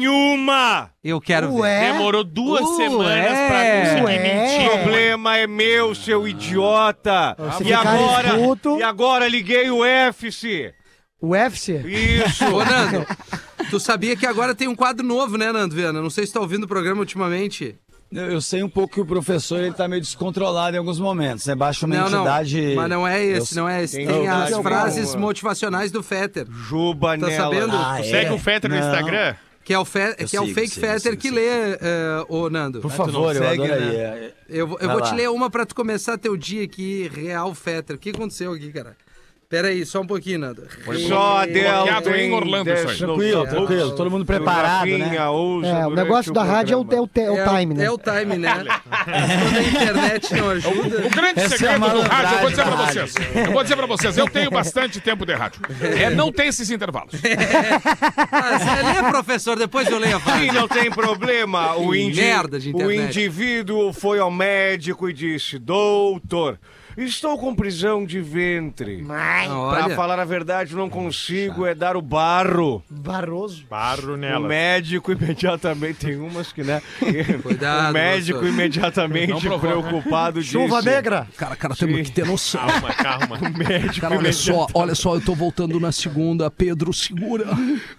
[SPEAKER 3] Nenhuma!
[SPEAKER 1] Eu quero ver.
[SPEAKER 6] Demorou duas
[SPEAKER 1] Ué.
[SPEAKER 6] semanas
[SPEAKER 1] é.
[SPEAKER 6] pra conseguir
[SPEAKER 3] O
[SPEAKER 6] mentir.
[SPEAKER 3] problema é meu,
[SPEAKER 6] Ah.
[SPEAKER 3] seu idiota.
[SPEAKER 4] Se
[SPEAKER 3] E
[SPEAKER 4] ficar
[SPEAKER 3] agora,
[SPEAKER 4] escuto-
[SPEAKER 3] e agora liguei o FC.
[SPEAKER 4] O UFC?
[SPEAKER 3] Isso.
[SPEAKER 1] Ô, Nando, tu sabia que agora tem um quadro novo, né, Nando Viana? Não sei se tá ouvindo o programa ultimamente.
[SPEAKER 8] Eu, eu sei um pouco que o professor ele tá meio descontrolado em alguns momentos, né? Baixa uma
[SPEAKER 1] não,
[SPEAKER 8] entidade.
[SPEAKER 1] não. Mas não é esse,
[SPEAKER 8] Eu-
[SPEAKER 1] não é esse. Tem,
[SPEAKER 8] Eu-
[SPEAKER 1] as
[SPEAKER 8] eu-
[SPEAKER 1] frases motivacionais do Fetter.
[SPEAKER 3] Juba
[SPEAKER 1] Tá
[SPEAKER 6] nela.
[SPEAKER 1] sabendo?
[SPEAKER 6] Ah, Tu é? segue o Fetter no Não. Instagram?
[SPEAKER 1] Que é o, fe... que é o
[SPEAKER 6] sigo,
[SPEAKER 1] fake
[SPEAKER 6] sigo,
[SPEAKER 1] Fetter que lê, eh, ô Nando.
[SPEAKER 8] Por Ah, tu não favor, eu segue, adoraria. né?
[SPEAKER 1] Eu, vou- eu
[SPEAKER 8] Vai
[SPEAKER 1] vou
[SPEAKER 8] lá.
[SPEAKER 1] te ler uma pra tu começar teu dia aqui, real Fetter. O que aconteceu aqui, cara? Pera aí, só um pouquinho, Nando.
[SPEAKER 3] Só
[SPEAKER 1] Real-
[SPEAKER 3] Del tem
[SPEAKER 8] Tranquilo, tranquilo, todo mundo preparado, né?
[SPEAKER 4] É, o negócio da rádio é o, é o, te- é o
[SPEAKER 1] É o-
[SPEAKER 4] time, né?
[SPEAKER 1] É o time, né? Quando a internet não ajuda.
[SPEAKER 2] O grande
[SPEAKER 1] Essa é a
[SPEAKER 2] segredo do rádio, eu vou dizer pra
[SPEAKER 1] malandragem da
[SPEAKER 2] vocês. Eu vou dizer pra vocês, eu tenho bastante tempo de rádio. É, não tem esses intervalos.
[SPEAKER 1] Ah, você lê, professor, depois eu leio a frase.
[SPEAKER 3] Sim, não tem problema. O,
[SPEAKER 1] Que
[SPEAKER 3] indi-
[SPEAKER 1] merda de
[SPEAKER 3] o
[SPEAKER 1] internet.
[SPEAKER 3] indivíduo foi ao médico e disse: Doutor, estou com prisão de ventre.
[SPEAKER 1] Ah,
[SPEAKER 3] Mas...
[SPEAKER 4] Olha.
[SPEAKER 3] Pra falar a verdade, não consigo é dar o barro.
[SPEAKER 4] Barroso.
[SPEAKER 6] Barro
[SPEAKER 3] O
[SPEAKER 6] nela.
[SPEAKER 3] médico imediatamente, tem umas que, né?
[SPEAKER 1] Cuidado,
[SPEAKER 3] o médico
[SPEAKER 1] professor.
[SPEAKER 3] imediatamente
[SPEAKER 1] Não provoca.
[SPEAKER 3] preocupado disse...
[SPEAKER 1] Chuva negra. Cara, cara, temos que ter noção.
[SPEAKER 6] Calma, calma.
[SPEAKER 3] O médico
[SPEAKER 1] Cara, olha só,
[SPEAKER 3] imediatamente-
[SPEAKER 1] olha só, eu tô voltando na segunda. Pedro, segura.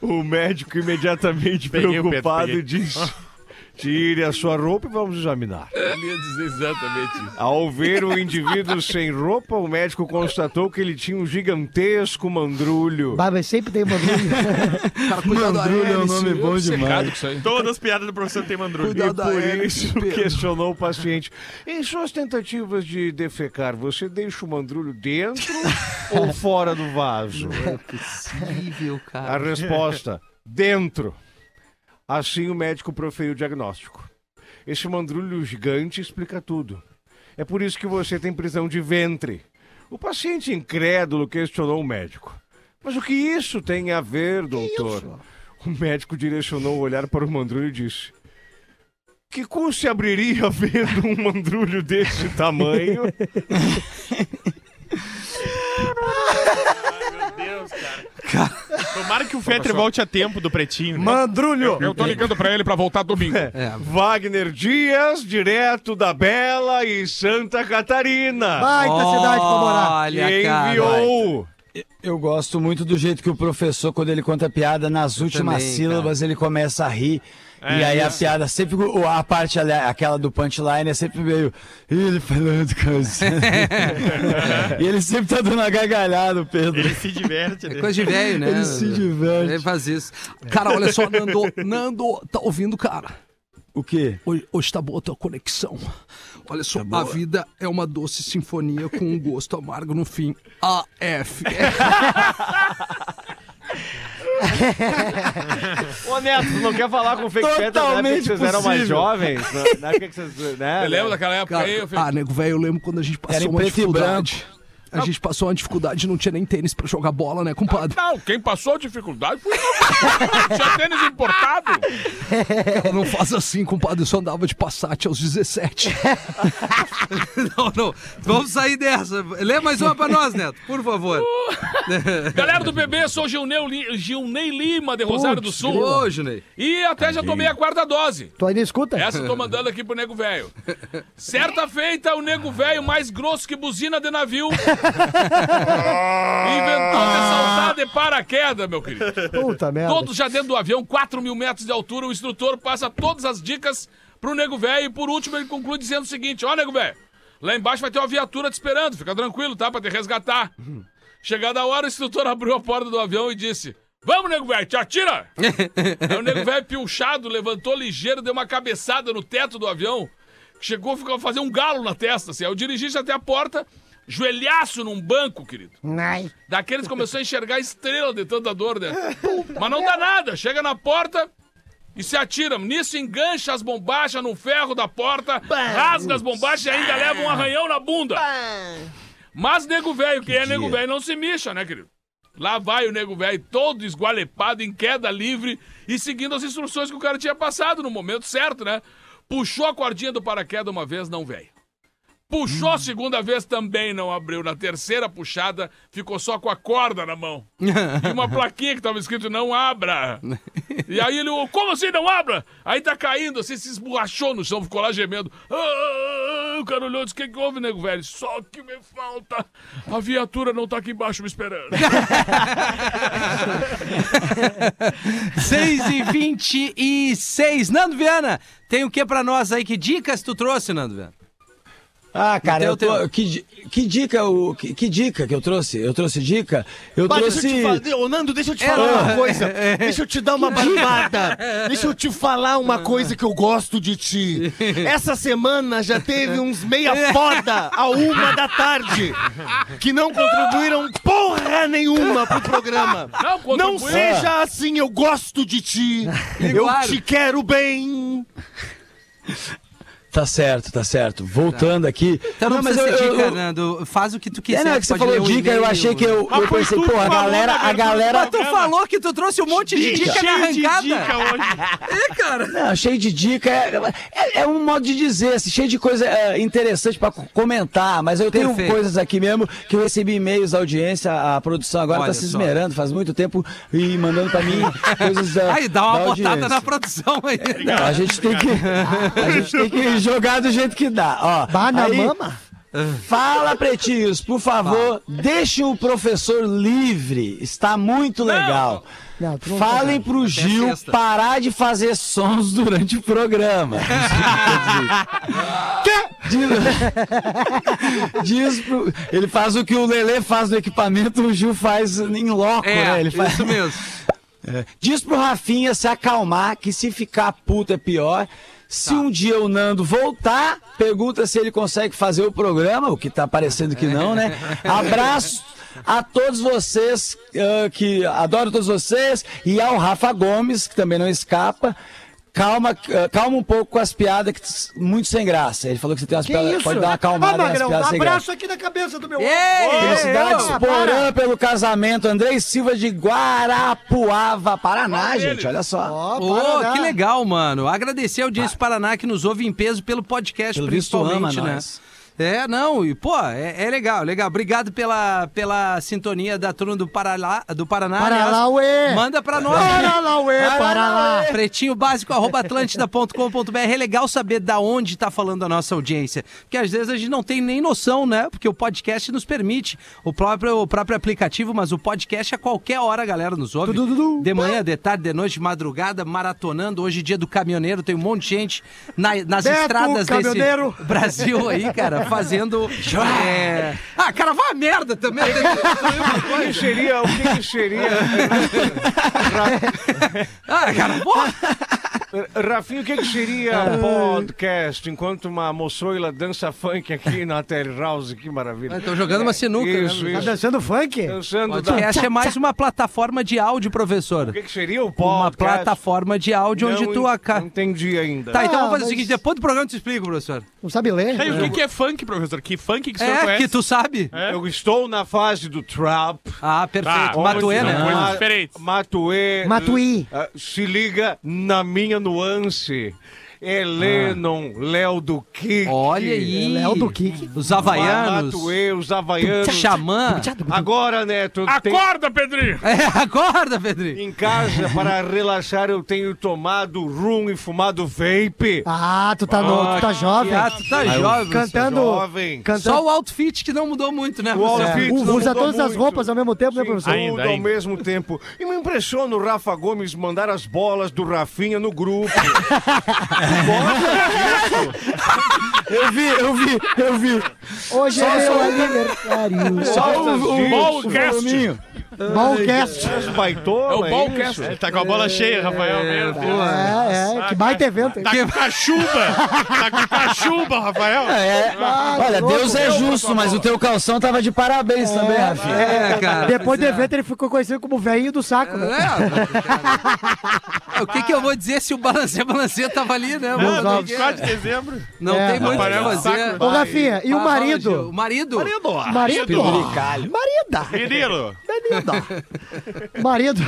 [SPEAKER 3] O médico imediatamente
[SPEAKER 6] Peguei o Pedro,
[SPEAKER 3] preocupado
[SPEAKER 6] peguei.
[SPEAKER 3] disse... Tire a sua roupa e vamos examinar.
[SPEAKER 6] Ele ia dizer exatamente isso.
[SPEAKER 3] Ao ver o indivíduo sem roupa, o médico constatou que ele tinha um gigantesco mandrulho.
[SPEAKER 4] Baba sempre tem uma Mandrulho é um nome bom demais.
[SPEAKER 6] Todas as piadas do professor tem mandrulho.
[SPEAKER 3] e por isso questionou o paciente. Em suas tentativas de defecar, você deixa o mandrulho dentro ou fora do vaso?
[SPEAKER 1] possível, cara.
[SPEAKER 3] A resposta: dentro. Assim o médico proferiu o diagnóstico. Esse mandrulho gigante explica tudo. É por isso que você tem prisão de ventre. O paciente incrédulo questionou o médico. Mas o que isso tem a ver, doutor? O médico direcionou o olhar para o mandrulho e disse: Que cu se abriria vendo um mandrulho desse tamanho?
[SPEAKER 6] Deus, cara. Tomara que o Fetter volte a tempo do pretinho. né?
[SPEAKER 7] Mandrulho!
[SPEAKER 2] Eu tô ligando pra ele pra voltar domingo.
[SPEAKER 7] Wagner Dias, direto da Bela e Santa Catarina.
[SPEAKER 4] Baita cidade tá pra morar.
[SPEAKER 1] Olha,
[SPEAKER 7] que
[SPEAKER 1] cara.
[SPEAKER 7] enviou.
[SPEAKER 8] Eu gosto muito do jeito que o professor, quando ele conta a piada, nas últimas
[SPEAKER 1] também,
[SPEAKER 8] sílabas ele começa a rir. e aí a piada sempre. o- A parte ali, aquela do punchline é sempre meio. "Ih, Ele falando coisas. e ele sempre tá dando uma gargalhada, o Pedro.
[SPEAKER 6] Ele se diverte, né?
[SPEAKER 1] É coisa de velho, né?
[SPEAKER 8] Ele se diverte.
[SPEAKER 1] Ele faz isso. Cara, olha só, Nando. Nando, tá ouvindo, cara?
[SPEAKER 8] O quê?
[SPEAKER 1] Hoje, hoje tá boa a tua conexão. Olha só, a vida é uma doce sinfonia com um gosto amargo no fim. AF.
[SPEAKER 7] Ô Neto, tu não quer falar com o Fake Fetter na época que
[SPEAKER 8] Totalmente
[SPEAKER 7] vocês eram mais
[SPEAKER 8] possível.
[SPEAKER 7] jovens? Na- Na época que vocês. Né?
[SPEAKER 2] Você lembra daquela época
[SPEAKER 1] Cara,
[SPEAKER 2] aí? Eu falei,
[SPEAKER 1] ah, nego, velho, eu lembro quando a gente passou
[SPEAKER 8] Era em
[SPEAKER 1] uma
[SPEAKER 8] preto e branco.
[SPEAKER 1] dificuldade. A gente passou uma dificuldade, não tinha nem tênis pra jogar bola, né, compadre?
[SPEAKER 2] Não, quem passou dificuldade foi eu. Tinha tênis importado.
[SPEAKER 1] Não faz assim, compadre, eu só andava de Passat aos 17. não, não, vamos sair dessa. Lê mais uma pra nós, Neto, por favor.
[SPEAKER 2] Galera do PB, sou Gilneu Li- Gilney Lima, de Rosário do Sul.
[SPEAKER 1] Ney.
[SPEAKER 2] E até já tomei a quarta dose.
[SPEAKER 4] Tu ainda escuta?
[SPEAKER 2] Essa eu tô mandando aqui pro nego velho. Certa feita, o nego velho mais grosso que buzina de navio inventou de saltar de paraquedas, meu querido.
[SPEAKER 4] Puta merda.
[SPEAKER 2] Todos já dentro do avião, 4 mil metros de altura, o instrutor passa todas as dicas pro nego velho e por último ele conclui dizendo o seguinte: Ó, nego velho, lá embaixo vai ter uma viatura te esperando, fica tranquilo, tá? Pra te resgatar. Chegada a hora, o instrutor abriu a porta do avião e disse: Vamos, nego velho, te atira! Aí o nego velho pilchado levantou ligeiro, deu uma cabeçada no teto do avião, que chegou a ficar- fazer um galo na testa, assim. Aí o dirigente até a porta, joelhaço num banco, querido.
[SPEAKER 4] Ai.
[SPEAKER 2] Daqueles começou a enxergar estrela de tanta dor, né? Mas não dá nada. Chega na porta e se atira. Nisso engancha as bombachas no ferro da porta, rasga as bombachas e ainda leva um arranhão na bunda. Mas nego velho, quem é nego velho não se mixa, né, querido? Lá vai o nego velho todo esgualepado, em queda livre e seguindo as instruções que o cara tinha passado no momento certo, né? Puxou a cordinha do paraquedas uma vez, não velho. Puxou a segunda vez, também não abriu. Na terceira puxada, ficou só com a corda na mão. E uma plaquinha que tava escrito não abra. E aí ele, "Ô, como assim não abra? Aí tá caindo, assim, se esborrachou no chão, ficou lá gemendo. Ah, ah, ah, o cara olhou e disse, o que, que houve, nego velho? Só que me falta. A viatura não tá aqui embaixo me esperando.
[SPEAKER 1] 6 e 26. Nando Viana, tem o que pra nós aí? Que dicas tu trouxe, Nando Viana?
[SPEAKER 8] Ah, cara,
[SPEAKER 1] Então,
[SPEAKER 8] eu tô-
[SPEAKER 1] teu-
[SPEAKER 8] que, di- que dica o que, que dica que eu trouxe? Eu trouxe dica. Eu
[SPEAKER 5] Bah,
[SPEAKER 8] trouxe.
[SPEAKER 5] deixa eu te falar, ô, Nando, deixa eu te
[SPEAKER 1] É,
[SPEAKER 5] falar uma coisa. Deixa eu te dar uma barbada. Deixa eu te falar uma coisa que eu gosto de ti. Essa semana já teve uns meia foda a uma da tarde que não contribuíram porra nenhuma pro programa.
[SPEAKER 2] Não, contribuiu.
[SPEAKER 5] Não seja assim, eu gosto de ti. Eu
[SPEAKER 1] é, Claro.
[SPEAKER 5] te quero bem.
[SPEAKER 8] Tá certo, tá certo. Voltando aqui.
[SPEAKER 1] Então não,
[SPEAKER 8] mas
[SPEAKER 1] precisa
[SPEAKER 8] eu-
[SPEAKER 1] ser
[SPEAKER 8] eu-
[SPEAKER 1] dica,
[SPEAKER 8] eu-
[SPEAKER 1] Nando. Faz o que tu quiser.
[SPEAKER 8] É, não, é que você
[SPEAKER 1] pode ler
[SPEAKER 8] falou
[SPEAKER 1] um
[SPEAKER 8] dica, eu
[SPEAKER 1] e-mail.
[SPEAKER 8] achei que eu, eu pensei, pô, a galera, a galera.
[SPEAKER 1] Mas tu falou que tu trouxe um monte de dica na arrancada.
[SPEAKER 6] hoje.
[SPEAKER 1] É, cara.
[SPEAKER 8] Não, cheio de dica, é, é- é um modo de dizer, assim, cheio de coisa é, interessante pra co- comentar, mas eu tenho
[SPEAKER 1] Perfeito.
[SPEAKER 8] coisas aqui mesmo que eu recebi e-mails da audiência, a produção agora
[SPEAKER 1] Olha
[SPEAKER 8] tá se
[SPEAKER 1] só.
[SPEAKER 8] esmerando faz muito tempo e mandando pra mim coisas da.
[SPEAKER 1] Aí, dá uma
[SPEAKER 8] da
[SPEAKER 1] botada
[SPEAKER 8] audiência.
[SPEAKER 1] na produção aí.
[SPEAKER 8] Não, a gente tem que a gente tem que jogar do jeito que dá, ó.
[SPEAKER 4] Bah na
[SPEAKER 8] Aí,
[SPEAKER 4] mama?
[SPEAKER 8] Fala, pretinhos, por favor, deixem o professor livre. Está muito legal.
[SPEAKER 4] Não,
[SPEAKER 1] um
[SPEAKER 4] tu não
[SPEAKER 8] Falem pro Gil
[SPEAKER 1] sexta.
[SPEAKER 8] parar de fazer sons durante o programa. Diz- Diz pro- ele faz o que o Lelê faz no equipamento, o Gil faz em loco, né?
[SPEAKER 1] É,
[SPEAKER 8] Ele faz,
[SPEAKER 1] isso mesmo.
[SPEAKER 8] Diz pro Rafinha se acalmar, que se ficar puto é pior. Se
[SPEAKER 4] Tá.
[SPEAKER 8] um dia o Nando voltar, pergunta se ele consegue fazer o programa, o que tá parecendo que não, né? Abraço a todos vocês, ah, que adoro todos vocês, e ao Rafa Gomes, que também não escapa. Calma, ah, calma um pouco com as piadas que s- muito sem graça. Ele falou que você tem umas
[SPEAKER 4] Que
[SPEAKER 8] piadas,
[SPEAKER 4] isso?
[SPEAKER 8] pode dar uma acalmada
[SPEAKER 4] Ô,
[SPEAKER 8] nas
[SPEAKER 4] Magrão,
[SPEAKER 8] piadas sem graça.
[SPEAKER 4] abraço aqui na cabeça do meu
[SPEAKER 8] Felicidades
[SPEAKER 4] eu-
[SPEAKER 8] Porã pelo casamento. Andrei Silva de Guarapuava, Paraná, gente. Olha só.
[SPEAKER 1] Ô, que legal, mano. Agradecer ao Dias Paraná que nos ouve em peso pelo podcast,
[SPEAKER 8] Pelo visto,
[SPEAKER 1] principalmente,
[SPEAKER 8] ama
[SPEAKER 1] né?
[SPEAKER 8] nós.
[SPEAKER 1] É, não, e pô, é, é legal, legal. Obrigado pela, pela sintonia da turma do, Paralá, do Paraná.
[SPEAKER 4] Paralauê!
[SPEAKER 1] Manda pra nós.
[SPEAKER 4] Paralauê, Paralá!
[SPEAKER 1] Pretinho básico, Ah, arroba atlântida.com.br. É legal saber da onde tá falando a nossa audiência. Porque às vezes a gente não tem nem noção, né? Porque o podcast nos permite. O próprio, o próprio aplicativo, mas o podcast a qualquer hora a galera nos ouve. De manhã, de tarde, de noite, de madrugada, maratonando. Hoje, dia do caminhoneiro, tem um monte de gente na- nas
[SPEAKER 4] Beto,
[SPEAKER 1] estradas
[SPEAKER 4] caminhoneiro.
[SPEAKER 1] desse Brasil aí, cara, fazendo. é... Ah, cara, vai a merda também.
[SPEAKER 3] O que que seria? O que que seria?
[SPEAKER 1] ah, cara, porra.
[SPEAKER 3] Rafinha, o que que seria um podcast enquanto uma moçoila dança funk aqui na Terry House? Que maravilha.
[SPEAKER 1] Estão jogando uma sinuca.
[SPEAKER 3] Isso,
[SPEAKER 1] né?
[SPEAKER 4] Tá
[SPEAKER 3] isso.
[SPEAKER 4] dançando funk?
[SPEAKER 3] Dançando da... O
[SPEAKER 1] Podcast é mais uma plataforma de áudio, professor.
[SPEAKER 3] que que seria o
[SPEAKER 1] Uma
[SPEAKER 3] podcast?
[SPEAKER 1] plataforma de áudio onde tu
[SPEAKER 3] Não
[SPEAKER 1] acaba.
[SPEAKER 3] entendi ainda.
[SPEAKER 1] Tá,
[SPEAKER 4] Ah,
[SPEAKER 1] então vamos fazer o
[SPEAKER 4] mas-
[SPEAKER 1] seguinte: depois do programa eu te explico, professor.
[SPEAKER 4] Não sabe ler?
[SPEAKER 6] Aí, o que, que é funk, professor? Que funk que o senhor
[SPEAKER 1] É,
[SPEAKER 6] conhece?
[SPEAKER 1] que tu sabe.
[SPEAKER 3] Eu estou na fase do trap.
[SPEAKER 1] Ah, perfeito.
[SPEAKER 6] Tá,
[SPEAKER 1] Matuê,
[SPEAKER 6] vamos
[SPEAKER 1] né?
[SPEAKER 6] lá.
[SPEAKER 3] Ma-
[SPEAKER 6] diferentes.
[SPEAKER 3] Matuê.
[SPEAKER 4] Matuí.
[SPEAKER 3] Ah, Se liga na minha nuance. É Lennon, Léo do Kik.
[SPEAKER 1] Ah. Olha aí.
[SPEAKER 4] É, Léo do Kik.
[SPEAKER 1] Os havaianos.
[SPEAKER 3] Matuê, os havaianos.
[SPEAKER 4] Ah.
[SPEAKER 1] Xamã.
[SPEAKER 3] Agora, Neto, tem...
[SPEAKER 2] Acorda, Pedrinho!
[SPEAKER 1] É, acorda, Pedrinho.
[SPEAKER 3] em casa, para relaxar, eu tenho tomado rum e fumado vape.
[SPEAKER 4] Ah, tu tá, no, tu tá jovem.
[SPEAKER 1] Ah, tu tá
[SPEAKER 4] Aí eu-
[SPEAKER 1] jovem.
[SPEAKER 4] Cantando.
[SPEAKER 3] jovem.
[SPEAKER 4] Cantando. É.
[SPEAKER 1] Só o outfit que não mudou muito, né,
[SPEAKER 3] O
[SPEAKER 1] professor?
[SPEAKER 3] outfit não
[SPEAKER 4] Usa
[SPEAKER 3] mudou
[SPEAKER 4] todas as
[SPEAKER 3] muito.
[SPEAKER 4] roupas ao mesmo tempo, né,
[SPEAKER 3] Sim,
[SPEAKER 4] professor?
[SPEAKER 3] tudo
[SPEAKER 6] Ainda,
[SPEAKER 3] ao
[SPEAKER 6] ainda.
[SPEAKER 3] mesmo tempo. E me impressiona o Rafa Gomes mandar as bolas do Rafinha no grupo.
[SPEAKER 8] Eu vi, eu vi, eu vi.
[SPEAKER 4] Hoje é meu aniversário.
[SPEAKER 8] Só o, o, o
[SPEAKER 2] Ballcast.
[SPEAKER 8] Rominho.
[SPEAKER 4] Ballcast.
[SPEAKER 3] As baitolas,
[SPEAKER 2] É o
[SPEAKER 3] é
[SPEAKER 2] Ballcast.
[SPEAKER 3] isso?
[SPEAKER 6] Ele tá com a bola cheia, Rafael. Meu Deus.
[SPEAKER 4] É, é, que baita evento.
[SPEAKER 6] Tá com cachuba! tá com cachuba, Rafael!
[SPEAKER 8] É, olha,
[SPEAKER 4] louco,
[SPEAKER 8] Deus é justo, mas o teu calção tava de parabéns também, Rafinha.
[SPEAKER 1] É, cara.
[SPEAKER 4] Depois do evento ele ficou conhecido como o velhinho do saco. né?
[SPEAKER 1] É, o que, que eu vou dizer se o balancê balancê tava ali, né?
[SPEAKER 6] Não,
[SPEAKER 1] Não,
[SPEAKER 6] no 24 de dezembro.
[SPEAKER 1] não
[SPEAKER 4] É.
[SPEAKER 1] tem muito o que
[SPEAKER 6] Aparece um
[SPEAKER 1] fazer.
[SPEAKER 4] Ô, Rafinha, e o
[SPEAKER 1] Ah, fala, Gil. O
[SPEAKER 4] marido?
[SPEAKER 1] marido?
[SPEAKER 4] Marido? Marida.
[SPEAKER 6] Menino!
[SPEAKER 4] Marido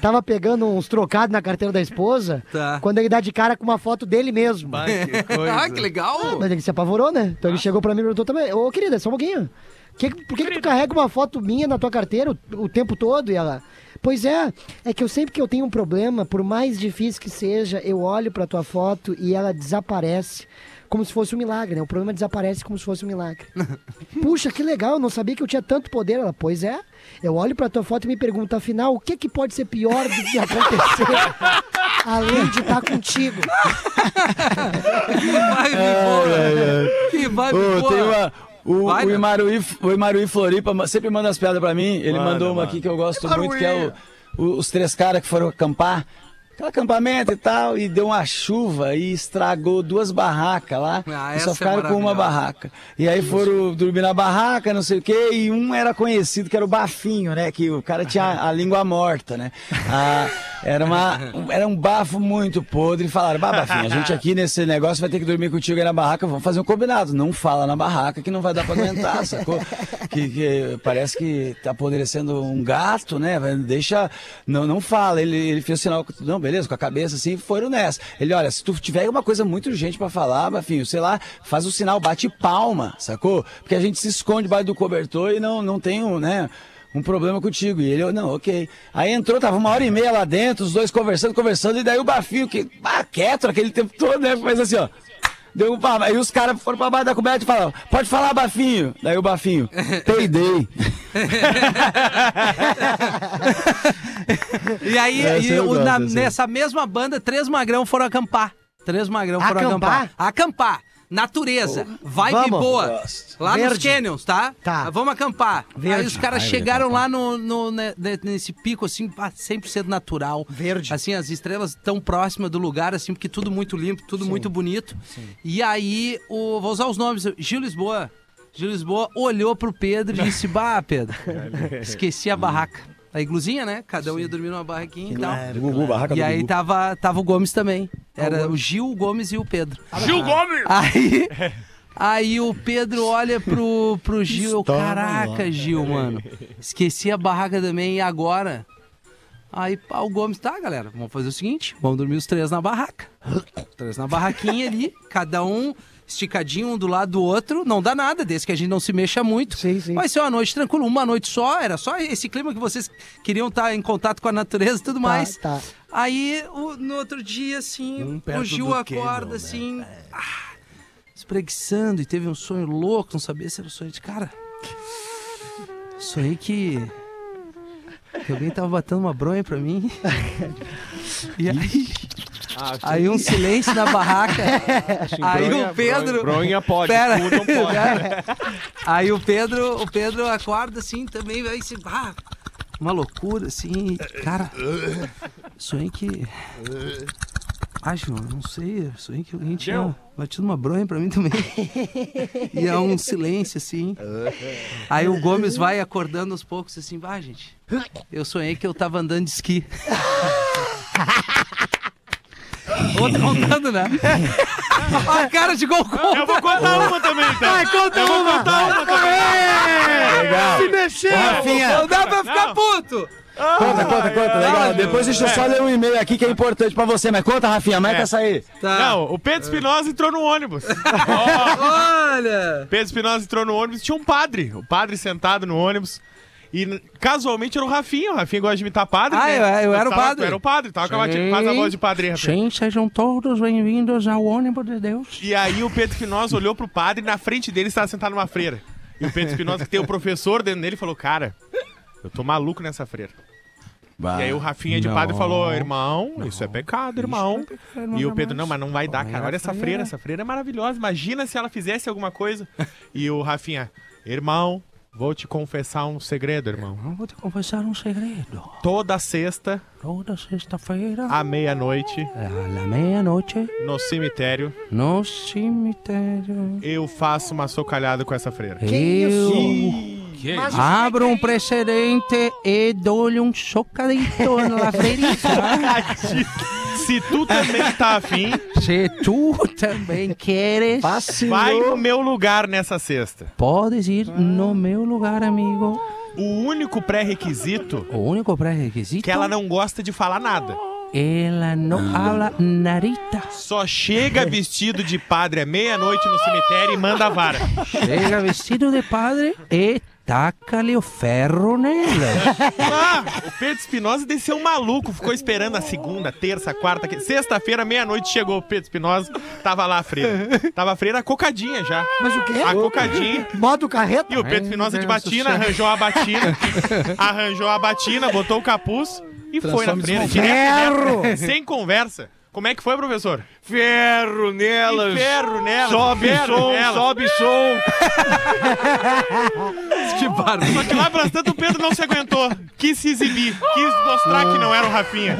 [SPEAKER 4] tava pegando uns trocados na carteira da esposa
[SPEAKER 1] Tá.
[SPEAKER 4] quando ele dá de cara com uma foto dele mesmo.
[SPEAKER 1] Ah, que legal.
[SPEAKER 4] Mas ele se apavorou, né? Então
[SPEAKER 8] Ah.
[SPEAKER 4] ele chegou pra mim e perguntou também: Ô querida, só um pouquinho. Que- por que, que tu carrega uma foto minha na tua carteira o, o tempo todo? E ela: Pois é, é que eu sempre que eu tenho um problema, por mais difícil que seja, eu olho pra tua foto e ela desaparece como se fosse um milagre, né? O problema desaparece como se fosse um milagre. Puxa, que legal, eu não sabia que eu tinha tanto poder. Ela: Pois é, eu olho pra tua foto e me pergunto: afinal, o que, que pode ser pior do que acontecer? Além de estar contigo.
[SPEAKER 1] Vai, boa. Que vibe
[SPEAKER 8] Ô,
[SPEAKER 1] boa.
[SPEAKER 8] tem uma- O,
[SPEAKER 1] Vai,
[SPEAKER 8] o,
[SPEAKER 1] né?
[SPEAKER 8] Imaruí, o Imaruí Floripa ma- sempre manda as piadas pra mim. Ele mandou uma aqui que eu gosto muito, que é o- o- os três caras que foram acampar. Aquele acampamento e tal, e deu uma chuva e estragou duas barracas lá.
[SPEAKER 1] Ah,
[SPEAKER 8] e
[SPEAKER 1] essa é
[SPEAKER 8] só ficaram com uma
[SPEAKER 1] maravilhosa.
[SPEAKER 8] barraca. E aí foram dormir na barraca, não sei o quê, e um era conhecido, que era o Bafinho, né? Que o cara tinha a língua morta, né? Ah, era, uma, era um bafo muito podre. E falaram, bah, Bafinho, a gente aqui nesse negócio vai ter que dormir contigo aí na barraca, vamos fazer um combinado. Não fala na barraca que não vai dar pra aguentar, sacou? Que, que parece que tá apodrecendo um gato, né? Vai- Deixa. Não, não fala. Ele, ele fez sinal, com- não, beleza, com a cabeça assim, e foram nessa. Ele, olha, se tu tiver uma coisa muito urgente pra falar, Bafinho, sei lá, faz o sinal, bate palma, sacou? Porque a gente se esconde debaixo do cobertor e não, não tem um, né? um problema contigo. E ele, eu, não, ok. Aí entrou, tava uma hora e meia lá dentro, os dois conversando, conversando, e daí o Bafinho, que ah, quieto aquele tempo todo, né? Faz assim, ó. Deu um pá, aí os caras foram pra baixo da coberta e falaram, pode falar, Bafinho. Daí o Bafinho, peidei.
[SPEAKER 1] E aí,
[SPEAKER 8] Essa
[SPEAKER 1] e
[SPEAKER 8] eu
[SPEAKER 1] o-
[SPEAKER 8] gosto,
[SPEAKER 1] na-
[SPEAKER 8] essa eu-
[SPEAKER 1] nessa mesma banda, três magrão foram acampar. Três magrão foram
[SPEAKER 4] Acampar? Oh,
[SPEAKER 1] acampar. Acampar. Natureza. Vibe
[SPEAKER 4] Vamos.
[SPEAKER 1] boa. Lá nos
[SPEAKER 4] Verde.
[SPEAKER 1] canyons, tá?
[SPEAKER 4] Tá.
[SPEAKER 1] Vamos acampar. Aí
[SPEAKER 4] Verde.
[SPEAKER 1] os caras chegaram lá no, no- ne- ne- nesse pico, assim, pá, 100% natural.
[SPEAKER 4] Verde.
[SPEAKER 1] Assim, as estrelas tão próximas do lugar, assim, porque tudo muito limpo, tudo muito bonito. E aí, o, vou usar os nomes. Gil Lisboa. Gil Lisboa olhou pro Pedro e disse, bah, Pedro, esqueci a barraca. A igluzinha, né? Cada um ia dormir numa barraquinha e tal.
[SPEAKER 8] Gugu, barraca
[SPEAKER 1] E
[SPEAKER 8] do
[SPEAKER 1] aí
[SPEAKER 8] Gugu.
[SPEAKER 1] tava, tava o Gomes também. Era o Gil, o Gomes Ah, É. e o Pedro.
[SPEAKER 2] Gil Gomes!
[SPEAKER 1] Aí, aí o Pedro olha pro, pro Gil. eu, Caraca, Gil, mano. Esqueci a barraca também e agora? Aí pá, o Gomes, tá, galera, vamos fazer o seguinte: vamos dormir os três na barraca. Três na barraquinha ali, cada um. esticadinho um do lado do outro, não dá nada, desde que a gente não se mexa muito. Sim, sim. Vai ser uma noite tranquila, uma noite só, era só esse clima que vocês queriam estar em contato com a natureza e tudo mais.
[SPEAKER 4] tá.
[SPEAKER 1] Aí, o- no outro dia, assim,
[SPEAKER 3] Um
[SPEAKER 1] o Gil
[SPEAKER 3] né?
[SPEAKER 1] acorda, assim,
[SPEAKER 3] É.
[SPEAKER 1] ah, espreguiçando, e teve um sonho louco, não sabia se era um sonho de cara. Sonhei que. que alguém tava batendo uma bronha pra mim. E aí.
[SPEAKER 3] Ah,
[SPEAKER 1] Aí um silêncio na barraca. Aí
[SPEAKER 3] bronha-
[SPEAKER 1] o Pedro.
[SPEAKER 3] bronha- bronha pode,
[SPEAKER 1] Pera.
[SPEAKER 3] cu não pode.
[SPEAKER 1] Pera. Aí o Pedro, o Pedro acorda assim também, vai se. Ah, uma loucura assim. Cara, sonhei que. Ah, João, não sei. Sonhei que alguém tinha batido uma bronha pra mim também. E é um silêncio assim. Aí o Gomes vai acordando aos poucos assim, vai, gente. Eu sonhei que eu tava andando de esqui. Ou tá contando, né? A cara de gol contra.
[SPEAKER 6] Eu vou contar uma também, então. Vai, conta eu vou contar uma também.
[SPEAKER 8] Legal.
[SPEAKER 6] Se mexeu.
[SPEAKER 8] Rafinha.
[SPEAKER 1] Não dá pra ficar puto.
[SPEAKER 8] Conta, conta, conta. Legal. Depois deixa eu só ler um e-mail aqui que é importante pra você. Mas conta, Rafinha. Mete essa aí.
[SPEAKER 1] Tá.
[SPEAKER 6] Não, o Pedro Espinosa entrou no ônibus.
[SPEAKER 1] Olha.
[SPEAKER 6] Pedro Espinosa entrou no ônibus tinha um padre. O padre sentado no ônibus. E n- casualmente era o Rafinha. O Rafinha gosta de imitar padre.
[SPEAKER 1] Ah,
[SPEAKER 6] né?
[SPEAKER 1] eu- eu era o
[SPEAKER 6] tava-
[SPEAKER 1] padre.
[SPEAKER 6] Era o padre. Tava com a batida. Faz a voz de padre, Rafinha.
[SPEAKER 1] Sim, sejam todos bem-vindos ao ônibus de Deus.
[SPEAKER 6] E aí o Pedro Espinosa olhou pro padre e na frente dele estava sentado uma freira. E o Pedro Espinosa, que tem o professor dentro dele, falou: Cara, eu tô maluco nessa freira. E aí o Rafinha de padre falou: Irmão, isso é pecado, irmão. E o Pedro, não, mas não vai dar, cara. Olha essa freira, essa freira é maravilhosa. Imagina se ela fizesse alguma coisa. E o Rafinha, irmão, vou te confessar um segredo, irmão.
[SPEAKER 1] Eu vou te confessar um segredo.
[SPEAKER 6] Toda sexta,
[SPEAKER 1] Toda sexta-feira,
[SPEAKER 4] Ah.
[SPEAKER 1] é,
[SPEAKER 6] à meia-noite,
[SPEAKER 1] à meia-noite,
[SPEAKER 6] no cemitério,
[SPEAKER 1] no cemitério,
[SPEAKER 6] eu faço uma socalhada com essa freira.
[SPEAKER 4] Que isso?
[SPEAKER 1] abro um precedente e dou-lhe um chocadito na tá? ferida.
[SPEAKER 6] Se tu também tá afim,
[SPEAKER 1] Se tu também queres,
[SPEAKER 6] vai
[SPEAKER 8] Vacilou.
[SPEAKER 6] no meu lugar nessa sexta.
[SPEAKER 1] podes ir
[SPEAKER 4] Ah.
[SPEAKER 1] no meu lugar, amigo.
[SPEAKER 6] O único pré-requisito
[SPEAKER 1] O único pré-requisito
[SPEAKER 6] é que
[SPEAKER 1] é
[SPEAKER 6] ela não gosta de falar nada.
[SPEAKER 1] Ela não
[SPEAKER 4] Ah.
[SPEAKER 1] habla narita.
[SPEAKER 6] Só chega vestido de padre à meia-noite no cemitério e manda a vara.
[SPEAKER 1] Chega vestido de padre e taca-lhe o ferro nela.
[SPEAKER 6] Ah, o Pedro Espinosa desceu um maluco, ficou esperando a segunda, terça, quarta, quinta. sexta-feira, meia-noite chegou o Pedro Espinosa, tava lá a freira. Tava a freira cocadinha já.
[SPEAKER 4] Mas o quê?
[SPEAKER 6] A cocadinha.
[SPEAKER 4] Modo carreta?
[SPEAKER 6] E o Pedro Espinosa de batina arranjou a batina, arranjou a batina, botou o capuz e foi na freira. Direto, direto, sem conversa. Como é que foi, professor?
[SPEAKER 3] Ferro nelas.
[SPEAKER 6] Ferro nela.
[SPEAKER 3] Sobe
[SPEAKER 6] ferro
[SPEAKER 3] som,
[SPEAKER 6] nela.
[SPEAKER 3] sobe som.
[SPEAKER 1] Que barulho.
[SPEAKER 6] Só que lá pra tanto o Pedro não se aguentou. Quis se exibir, quis mostrar que não era o Rafinha.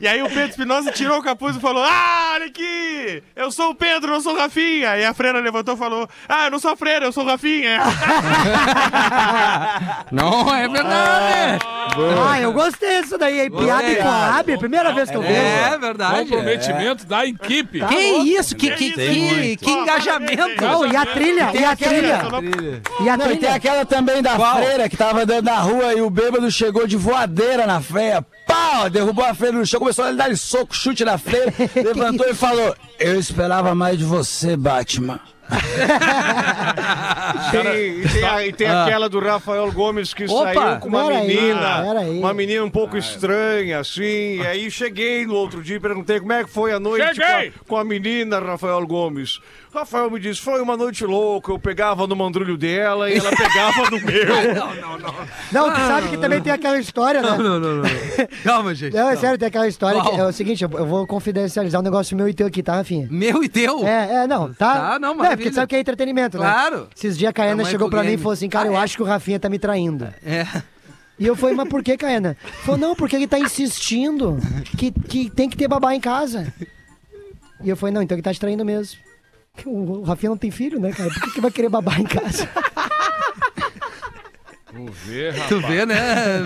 [SPEAKER 6] E aí o Pedro Espinosa tirou o capuz e falou: Ah, olha aqui! Eu sou o Pedro, não sou o Rafinha! E a freira levantou e falou: Ah, eu não sou a freira, eu sou o Rafinha!
[SPEAKER 1] Não, é verdade.
[SPEAKER 4] Ah, eu gostei disso daí, hein? Piada e
[SPEAKER 1] Eh,
[SPEAKER 4] collab, é a primeira vez que eu vejo.
[SPEAKER 1] É verdade.
[SPEAKER 2] Comprometimento da equipe.
[SPEAKER 1] Que isso, que, que,
[SPEAKER 6] Tem
[SPEAKER 1] que, que engajamento.
[SPEAKER 4] Não, e a trilha, e a trilha, e a
[SPEAKER 8] Não, e tem
[SPEAKER 4] trilha.
[SPEAKER 8] aquela também da freira que tava andando na rua e o bêbado chegou de voadeira na freira. Pau! Derrubou a freira no chão, começou a dar soco, chute na freira, levantou e falou: Eu esperava mais de você, Batman.
[SPEAKER 3] Tem- e tem, a- e tem aquela do Rafael Gomes que
[SPEAKER 1] Opa,
[SPEAKER 3] saiu com uma
[SPEAKER 4] pera aí,
[SPEAKER 3] menina.
[SPEAKER 4] pera aí.
[SPEAKER 3] uma menina um pouco estranha, assim. E aí cheguei no outro dia e perguntei como é que foi a noite com
[SPEAKER 2] Cheguei!
[SPEAKER 3] a, com a menina Rafael Gomes. Rafael me disse: foi uma noite louca. Eu pegava no mandrulho dela e ela pegava no meu.
[SPEAKER 4] Não, tu sabe que também tem aquela história, né?
[SPEAKER 1] Ah. Não, não, não. Calma, gente.
[SPEAKER 4] Não, é sério, tem aquela história que
[SPEAKER 1] Qual?
[SPEAKER 4] é o seguinte, eu eu vou confidencializar um negócio meu e teu aqui, tá, Rafinha?
[SPEAKER 1] Meu e teu?
[SPEAKER 4] É, é, não, tá?
[SPEAKER 1] Tá, não,
[SPEAKER 4] É, porque
[SPEAKER 1] maravilha.
[SPEAKER 4] tu sabe que é entretenimento, né?
[SPEAKER 1] Claro. é
[SPEAKER 4] Esses dias a Caena
[SPEAKER 1] Tamanho
[SPEAKER 4] chegou pra mim e
[SPEAKER 1] game.
[SPEAKER 4] falou assim, cara, eu acho que o Rafinha tá me traindo.
[SPEAKER 1] É.
[SPEAKER 4] E eu falei, mas por que, Caena? Falou, não, porque ele tá insistindo que, que tem que ter babá em casa. E eu falei, não, então ele tá te traindo mesmo. O o Rafinha não tem filho, né, cara? Por que, que vai querer babá em casa?
[SPEAKER 1] Tu vê, né?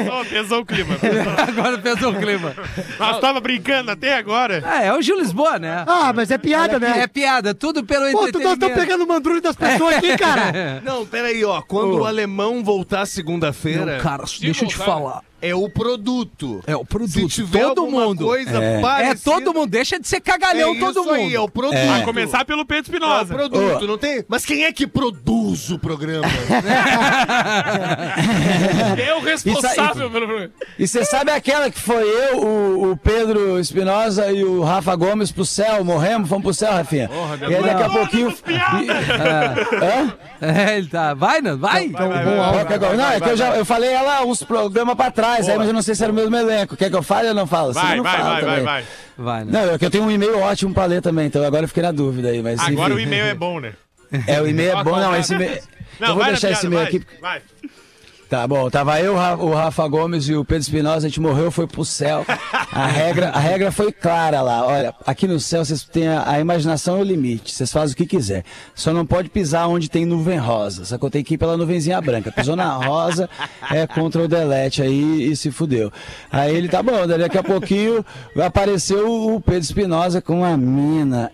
[SPEAKER 6] Pesou, pesou o clima.
[SPEAKER 1] eh. Agora pesou o clima.
[SPEAKER 6] Nós tava brincando até agora.
[SPEAKER 1] Ah, é o Gil Lisboa, né?
[SPEAKER 4] Ah, mas é piada, né?
[SPEAKER 1] É piada, tudo pelo
[SPEAKER 4] Pô, tu nós
[SPEAKER 1] entretenimento.
[SPEAKER 4] estamos pegando o mandrulho das pessoas aqui, cara.
[SPEAKER 5] É.
[SPEAKER 7] Não, peraí, ó. Quando o alemão voltar segunda-feira.
[SPEAKER 1] Cara, deixa eu te falar.
[SPEAKER 5] É o produto.
[SPEAKER 1] É o produto.
[SPEAKER 5] Se tiver
[SPEAKER 1] todo
[SPEAKER 5] alguma
[SPEAKER 1] mundo.
[SPEAKER 5] coisa
[SPEAKER 1] é.
[SPEAKER 5] parecida-
[SPEAKER 1] É, todo mundo. Deixa de ser cagalhão
[SPEAKER 5] É
[SPEAKER 1] todo
[SPEAKER 5] isso aí,
[SPEAKER 1] mundo.
[SPEAKER 5] é o produto.
[SPEAKER 1] É.
[SPEAKER 6] A começar pelo Pedro
[SPEAKER 5] É o
[SPEAKER 6] Espinosa.
[SPEAKER 5] produto, não tem? Mas quem é que produz o programa?
[SPEAKER 2] É o responsável pelo programa.
[SPEAKER 8] E você sabe aquela que foi eu, o, o Pedro Espinosa e o Rafa Gomes pro céu? Morremos, fomos pro céu, Rafinha. e aí daqui a pouquinho.
[SPEAKER 1] É, ele tá. Vai, Nando, vai.
[SPEAKER 8] Qual que é qual? Não, é que eu já eu falei ela uns programas pra trás, aí, mas eu não sei se era o mesmo elenco. Quer que eu fale ou não falo? Vocês
[SPEAKER 6] Vai,
[SPEAKER 8] não
[SPEAKER 6] vai,
[SPEAKER 8] falam
[SPEAKER 6] vai, vai,
[SPEAKER 8] também.
[SPEAKER 6] vai.
[SPEAKER 1] Vai, Nando.
[SPEAKER 8] Não, é que eu tenho um e-mail ótimo pra ler também, então agora eu fiquei na dúvida aí. Mas
[SPEAKER 6] Agora o
[SPEAKER 8] enfim.
[SPEAKER 6] e-mail é bom, né?
[SPEAKER 8] É, o e-mail é
[SPEAKER 6] Ó,
[SPEAKER 8] bom, não,
[SPEAKER 6] qual
[SPEAKER 8] esse e-mail.
[SPEAKER 6] Não,
[SPEAKER 8] eu vou
[SPEAKER 6] vai na
[SPEAKER 8] deixar esse
[SPEAKER 6] piada,
[SPEAKER 8] e-mail
[SPEAKER 6] vai,
[SPEAKER 8] aqui.
[SPEAKER 6] Vai.
[SPEAKER 8] Tá bom, tava eu, Ra- o Rafa Gomes e o Pedro Espinosa, a gente morreu, foi pro céu. A regra, a regra foi clara lá. Olha, aqui no céu vocês têm a, a imaginação é o limite, vocês fazem o que quiser. Só não pode pisar onde tem nuvem rosa. Só que eu tenho que ir pela nuvenzinha branca. Pisou na rosa, é contra o delete aí e se fudeu. Aí ele tá bom, daqui a pouquinho apareceu o Pedro Espinosa com a mina.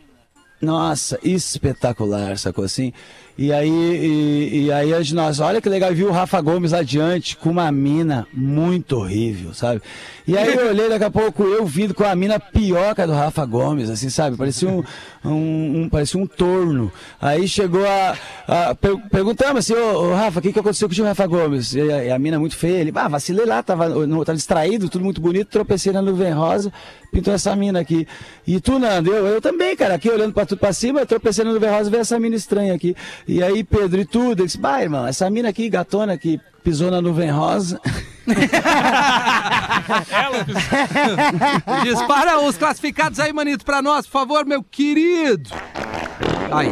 [SPEAKER 8] Nossa, espetacular, sacou assim? E aí, e, e aí a gente, nossa, olha que legal, viu o Rafa Gomes adiante com uma mina muito horrível, sabe? E aí eu olhei daqui a pouco, eu vindo com a mina pioca do Rafa Gomes, assim, sabe? Parecia um, um, um- parecia um torno. Aí chegou a. a per- perguntamos assim, ô, ô, Rafa, o que, que aconteceu com o tio Rafa Gomes? E a, e a mina muito feia, ele, ah, vacilei lá, tava, no- tava distraído, tudo muito bonito, tropecei na nuvem rosa, pintou essa mina aqui. E tu, Nando, eu, eu também, cara, aqui olhando pra tudo pra cima, eu tropecei na nuvem rosa, veio essa mina estranha aqui. E aí, Pedro, e tudo? Ele disse, bah, irmão, essa mina aqui, gatona, que pisou na nuvem rosa.
[SPEAKER 1] Dispara os classificados aí, Manito, pra nós, por favor, meu querido. Aí.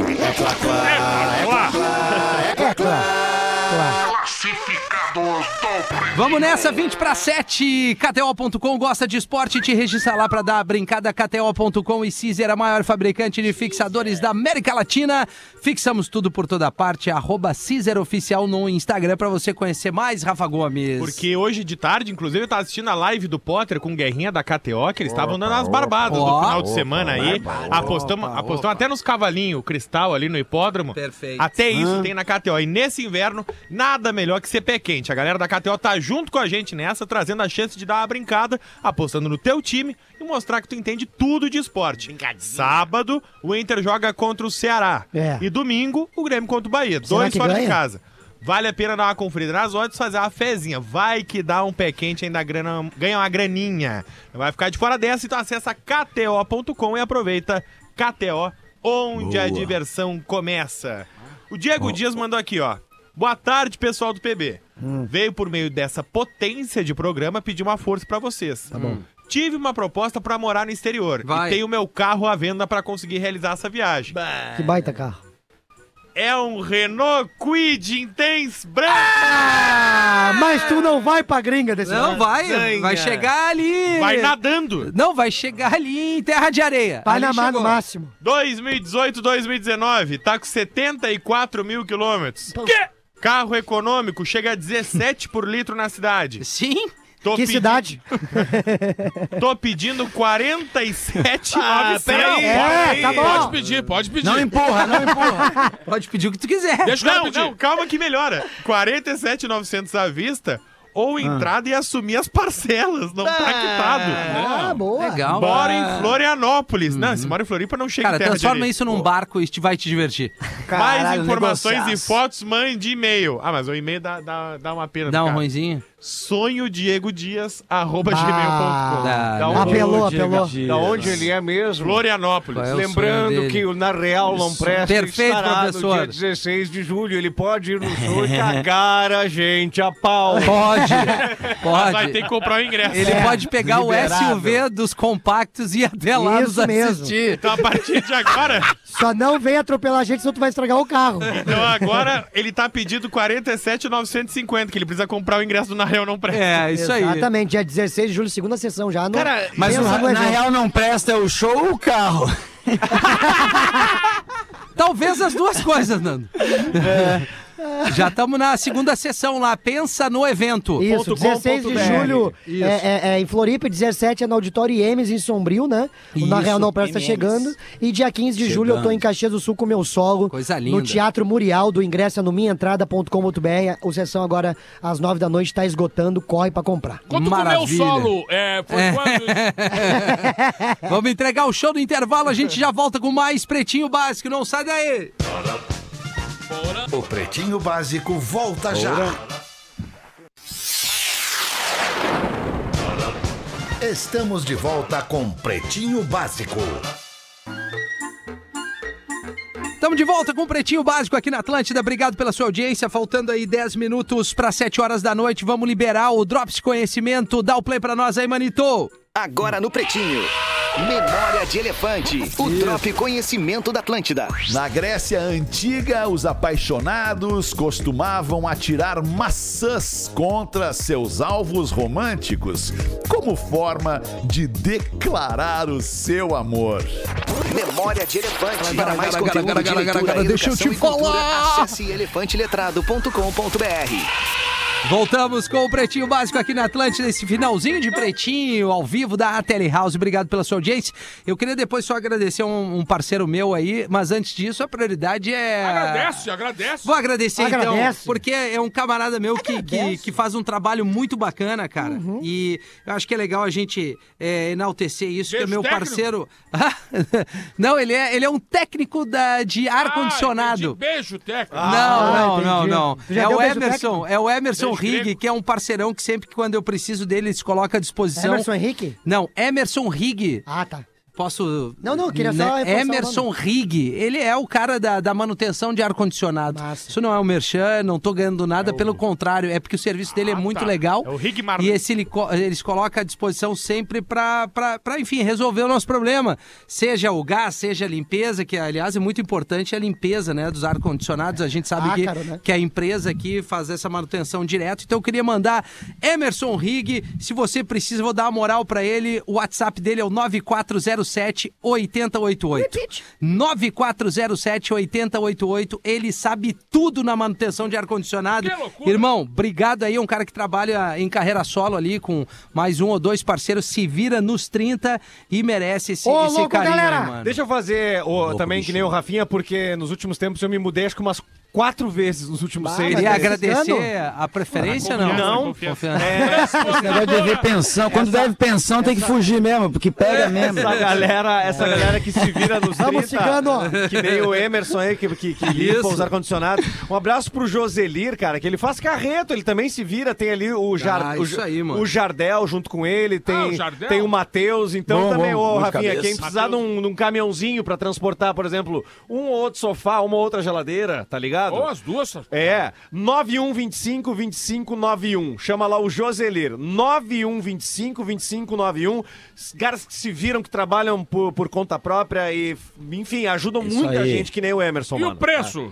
[SPEAKER 1] Vamos nessa, 20 para 7. KTO.com gosta de esporte, te registra lá para dar a brincada. KTO.com e Cizer, a maior fabricante de fixadores da América Latina. Fixamos tudo por toda parte. Arroba Cizer Oficial no Instagram para você conhecer mais, Rafa Gomes.
[SPEAKER 6] Porque hoje de tarde, inclusive, eu tava assistindo a live do Potter com o Guerrinha da KTO, que eles estavam dando as barbadas
[SPEAKER 1] Ó.
[SPEAKER 6] do final de semana aí. Apostamos, apostamos até nos cavalinhos, o cristal ali no hipódromo.
[SPEAKER 1] Perfeito.
[SPEAKER 6] Até isso tem na KTO. E nesse inverno, nada melhor que ser pé quente. A galera da KTO tá junto com a gente nessa, trazendo a chance de dar uma brincada, apostando no teu time e mostrar que tu entende tudo de esporte. Sábado, o Inter joga contra o Ceará.
[SPEAKER 4] É.
[SPEAKER 6] E domingo, o Grêmio contra o Bahia.
[SPEAKER 4] Será
[SPEAKER 6] Dois
[SPEAKER 4] que
[SPEAKER 6] fora de
[SPEAKER 4] ganha?
[SPEAKER 6] casa. Vale a pena dar uma conferida nas odds, fazer uma fezinha. Vai que dá um pé quente ainda grana, ganha uma graninha. Não vai ficar de fora dessa, então acessa kto.com e aproveita KTO, onde a diversão começa. O Diego Dias mandou aqui, ó. Boa tarde, pessoal do PB. Veio por meio dessa potência de programa pedir uma força pra vocês. Tá bom. Tive uma proposta pra morar no exterior
[SPEAKER 1] Vai.
[SPEAKER 6] e tenho meu carro à venda pra conseguir realizar essa viagem.
[SPEAKER 4] Que baita carro.
[SPEAKER 6] É um Renault Quid Intense branco.
[SPEAKER 4] Ah, mas tu não vai pra gringa desse
[SPEAKER 1] Não,
[SPEAKER 4] ano.
[SPEAKER 1] vai.
[SPEAKER 5] Zanha.
[SPEAKER 1] Vai chegar ali.
[SPEAKER 6] Vai nadando.
[SPEAKER 1] Não, vai chegar ali em Terra de Areia. ali
[SPEAKER 4] Panamá no
[SPEAKER 1] chegou.
[SPEAKER 4] máximo.
[SPEAKER 6] 2018, 2019, tá com 74 mil quilômetros. Quê? Carro econômico chega a 17 por litro na cidade.
[SPEAKER 1] Sim.
[SPEAKER 6] Tô
[SPEAKER 4] Que
[SPEAKER 6] pedi-
[SPEAKER 4] cidade?
[SPEAKER 6] Tô pedindo 47
[SPEAKER 5] Ah, peraí.
[SPEAKER 4] É, tá
[SPEAKER 2] Pode
[SPEAKER 4] bom.
[SPEAKER 2] pedir, pode pedir.
[SPEAKER 8] Não empurra, não empurra.
[SPEAKER 1] Pode pedir o que tu quiser.
[SPEAKER 2] Deixa o cara
[SPEAKER 6] Não,
[SPEAKER 2] pedir.
[SPEAKER 6] não, calma que melhora. 47,900 à vista
[SPEAKER 4] Ah.
[SPEAKER 6] ou entrada e assumir as parcelas. Não tá quitado.
[SPEAKER 4] Ah, boa.
[SPEAKER 1] Legal.
[SPEAKER 6] Mora
[SPEAKER 1] Ah.
[SPEAKER 6] em Florianópolis. Não,
[SPEAKER 8] Uhum.
[SPEAKER 6] se mora em Floripa, não chega
[SPEAKER 1] Cara,
[SPEAKER 6] em terra
[SPEAKER 1] transforma
[SPEAKER 6] direita.
[SPEAKER 1] isso num barco e te- vai te divertir.
[SPEAKER 6] Mais
[SPEAKER 8] Caralho,
[SPEAKER 6] informações e
[SPEAKER 8] negociaço.
[SPEAKER 6] fotos, mande e-mail. Ah, mas o e-mail dá, dá, dá uma pena.
[SPEAKER 1] Dá um
[SPEAKER 6] cara.
[SPEAKER 1] ruinzinho.
[SPEAKER 6] Sonho Diego Dias, arroba
[SPEAKER 4] Ah,
[SPEAKER 6] gmail.com. Da
[SPEAKER 1] não.
[SPEAKER 6] onde?
[SPEAKER 4] Apelou,
[SPEAKER 1] Diego
[SPEAKER 4] apelou.
[SPEAKER 1] Dias.
[SPEAKER 3] Da onde ele é mesmo?
[SPEAKER 1] Qual
[SPEAKER 6] Florianópolis.
[SPEAKER 1] é o sonho
[SPEAKER 3] Lembrando
[SPEAKER 1] dele?
[SPEAKER 3] que o Na Real não presta
[SPEAKER 1] Perfeito,
[SPEAKER 3] estará
[SPEAKER 1] professor.
[SPEAKER 3] no dia 16 de julho. Ele pode ir no show e cagar a gente a pau.
[SPEAKER 1] Pode,
[SPEAKER 6] Vai ter que
[SPEAKER 1] pode.
[SPEAKER 6] comprar o ingresso. É.
[SPEAKER 1] Ele pode pegar o SUV dos compactos e ir até lá
[SPEAKER 4] Isso
[SPEAKER 1] nos
[SPEAKER 4] mesmo.
[SPEAKER 1] assistir.
[SPEAKER 6] Então, a partir de agora,
[SPEAKER 4] Só não vem atropelar a gente, senão tu vai estragar o carro.
[SPEAKER 6] então agora ele tá pedindo 47,950, que ele precisa comprar o ingresso do Na Real Não Presta.
[SPEAKER 1] É, isso aí.
[SPEAKER 4] Exatamente, dia 16 de julho, segunda sessão já. No...
[SPEAKER 5] Cara,
[SPEAKER 8] Mas o,
[SPEAKER 4] Pensa no
[SPEAKER 8] na
[SPEAKER 4] evento.
[SPEAKER 8] real não presta é o show ou o carro?
[SPEAKER 1] Talvez as duas coisas, Nando. Já estamos na segunda sessão lá. Pensa no evento.
[SPEAKER 4] Isso, 16 de julho
[SPEAKER 1] Isso.
[SPEAKER 4] é, é- é em Floripa, 17 é no Auditório Emes, em Sombrio, né? O Na
[SPEAKER 1] Isso,
[SPEAKER 4] Real Não Presta tá chegando. E dia 15 de julho eu tô em Caxias do Sul com o meu solo.
[SPEAKER 1] Coisa
[SPEAKER 4] No
[SPEAKER 1] linda.
[SPEAKER 4] Teatro Murial, do ingresso é no minhaentrada.com.br. O sessão agora às 9 da noite tá esgotando, corre pra comprar.
[SPEAKER 2] Quando comeu o solo, é, foi quando?
[SPEAKER 1] Vamos entregar o show do intervalo. A gente já volta com mais Pretinho Básico. Não sai daí.
[SPEAKER 9] O Pretinho Básico volta já. Estamos de volta com Pretinho Básico.
[SPEAKER 1] Estamos de volta com o Pretinho Básico aqui na Atlântida. Obrigado pela sua audiência. Faltando aí 10 minutos para 7 horas da noite. Vamos liberar o Drops Conhecimento. Dá o play para nós aí, Manito.
[SPEAKER 10] Agora no Pretinho. Memória de Elefante. O Drop Conhecimento da Atlântida.
[SPEAKER 9] Na Grécia antiga, os apaixonados costumavam atirar maçãs contra seus alvos românticos como forma de declarar o seu amor.
[SPEAKER 10] Memória de Elefante.
[SPEAKER 9] Para
[SPEAKER 10] Para
[SPEAKER 9] mais
[SPEAKER 10] mais
[SPEAKER 9] conteúdo de leitura,
[SPEAKER 10] Deixa eu
[SPEAKER 9] educação
[SPEAKER 10] te
[SPEAKER 9] e cultura,
[SPEAKER 10] falar. Acesse elefanteletrado.com.br.
[SPEAKER 1] Voltamos com o Pretinho Básico aqui na Atlântida, esse finalzinho de Pretinho, ao vivo da Tele House. Obrigado pela sua audiência. Eu queria depois só agradecer um, um parceiro meu aí, mas antes disso, a prioridade é.
[SPEAKER 2] Agradece, agradece.
[SPEAKER 1] Vou agradecer então,
[SPEAKER 2] Agradece.
[SPEAKER 1] porque é um camarada meu que, que, que faz um trabalho muito bacana, cara. E eu acho que é legal a gente é, enaltecer isso, que é meu
[SPEAKER 2] técnico?
[SPEAKER 1] parceiro. não, ele é, ele é um técnico da, de
[SPEAKER 2] Ah,
[SPEAKER 1] ar-condicionado.
[SPEAKER 2] Beijo, técnico.
[SPEAKER 1] Não, não, não, não.
[SPEAKER 2] Ah, Tu já
[SPEAKER 1] É
[SPEAKER 2] deu
[SPEAKER 1] o
[SPEAKER 2] beijo
[SPEAKER 1] Emerson,
[SPEAKER 2] técnico?
[SPEAKER 1] é o Emerson
[SPEAKER 2] Beijo
[SPEAKER 1] Rigg,
[SPEAKER 2] grego.
[SPEAKER 1] que é um parceirão que sempre que quando eu preciso dele, ele se coloca à disposição.
[SPEAKER 4] Emerson Henrique?
[SPEAKER 1] Não, Emerson Rigg.
[SPEAKER 4] Ah, tá.
[SPEAKER 1] Posso. né?
[SPEAKER 4] Não, não, eu queria só reforçar o
[SPEAKER 1] Emerson
[SPEAKER 4] nome.
[SPEAKER 1] Rigg, ele é o cara da, da manutenção de ar-condicionado. Isso não é um merchan, não tô ganhando nada, pelo contrário, é porque o serviço dele é muito
[SPEAKER 6] tá.
[SPEAKER 1] legal.
[SPEAKER 6] É o Rigg
[SPEAKER 1] E esse ele, co- eles colocam à disposição sempre pra, pra, pra, enfim, resolver o nosso problema. Seja o gás, seja a limpeza, que aliás é muito importante a limpeza, né, dos ar-condicionados. A gente sabe que,
[SPEAKER 4] Ácaro, né?
[SPEAKER 1] que é a empresa aqui faz essa manutenção direto. Então eu queria mandar Emerson Rigg, se você precisa, eu vou dar uma moral pra ele. O WhatsApp dele é o 9407 8088. 9407 8088. Ele sabe tudo na manutenção de ar-condicionado. Irmão, obrigado aí, é um cara que trabalha em carreira solo ali com mais um ou dois parceiros, se vira nos 30 e merece esse,
[SPEAKER 3] Ô,
[SPEAKER 1] esse
[SPEAKER 3] louco,
[SPEAKER 1] carinho
[SPEAKER 3] galera!
[SPEAKER 1] aí, mano.
[SPEAKER 3] Deixa eu fazer ô, também que nem o Rafinha, porque nos últimos tempos eu me mudei acho que umas quatro vezes nos últimos
[SPEAKER 1] Ah,
[SPEAKER 3] seis.
[SPEAKER 1] queria
[SPEAKER 3] meses.
[SPEAKER 1] agradecer a preferência, não?
[SPEAKER 3] Não.
[SPEAKER 8] Esse negócio de dever pensão. Quando deve pensão, tem que fugir mesmo, porque pega mesmo.
[SPEAKER 3] Essa galera, essa galera que se vira nos 30,
[SPEAKER 8] Vamos, cigano!
[SPEAKER 3] que nem o Emerson aí, que, que, que limpa os ar-condicionados. Um abraço pro Joselir, cara, que ele faz carreto, ele também se vira, tem ali o,
[SPEAKER 1] Ah,
[SPEAKER 3] Jar, o,
[SPEAKER 1] isso aí, mano.
[SPEAKER 3] o Jardel junto com ele, tem,
[SPEAKER 1] Ah, o Jardel.
[SPEAKER 3] tem o Matheus, então
[SPEAKER 1] Bom,
[SPEAKER 3] também,
[SPEAKER 1] bom,
[SPEAKER 3] ô
[SPEAKER 1] muito
[SPEAKER 3] Rafinha,
[SPEAKER 1] cabeça.
[SPEAKER 3] quem precisar de um, de um caminhãozinho pra transportar, por exemplo, um ou outro sofá, uma ou outra geladeira, tá ligado?
[SPEAKER 2] Ou as duas.
[SPEAKER 3] É, 9125-2591. Chama lá o um Joselir. 9125-2591. Os um. Caras que se viram, que trabalham por, por conta própria e, enfim, ajudam
[SPEAKER 2] Isso
[SPEAKER 3] muita
[SPEAKER 2] aí.
[SPEAKER 3] gente, que nem o Emerson.
[SPEAKER 2] E
[SPEAKER 3] mano.
[SPEAKER 2] o preço?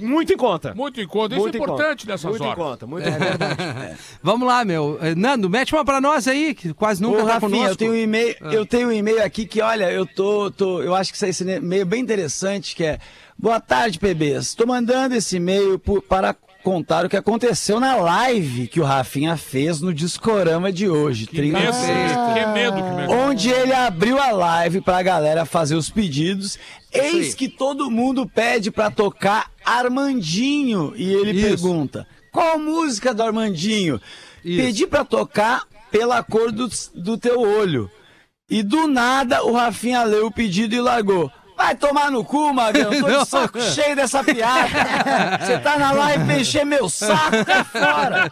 [SPEAKER 3] Muito em conta.
[SPEAKER 2] Muito em conta. Isso
[SPEAKER 3] Muito
[SPEAKER 2] é
[SPEAKER 3] em conta.
[SPEAKER 2] importante nessas
[SPEAKER 3] Muito em
[SPEAKER 2] horas.
[SPEAKER 3] conta, muito
[SPEAKER 2] É.
[SPEAKER 1] Vamos lá, meu. Eh, Nando, mete uma pra nós aí, que quase nunca
[SPEAKER 8] Ô,
[SPEAKER 1] tá
[SPEAKER 8] Rafinha,
[SPEAKER 1] conosco.
[SPEAKER 8] eu tenho um e-mail,
[SPEAKER 1] Ah.
[SPEAKER 8] eu tenho um e-mail aqui que, olha, eu tô, tô- eu acho que isso é esse e-mail bem interessante, que é Boa tarde, PBs. Estou mandando esse e-mail por- para contar o que aconteceu na live que o Rafinha fez no Discorama de hoje, 30
[SPEAKER 2] medo,
[SPEAKER 8] sexta.
[SPEAKER 2] que medo que me-
[SPEAKER 8] Onde ele abriu a live pra galera fazer os pedidos. Eis que todo mundo pede pra tocar Armandinho e ele pergunta: "Qual música do Armandinho?" Pedi pra tocar pela cor do, do teu olho. E do nada o Rafinha leu o pedido e largou. Vai tomar no cu, Magrão. Tô
[SPEAKER 1] Não.
[SPEAKER 8] de saco cheio dessa piada. Você tá na live pra encher meu saco. Tá fora.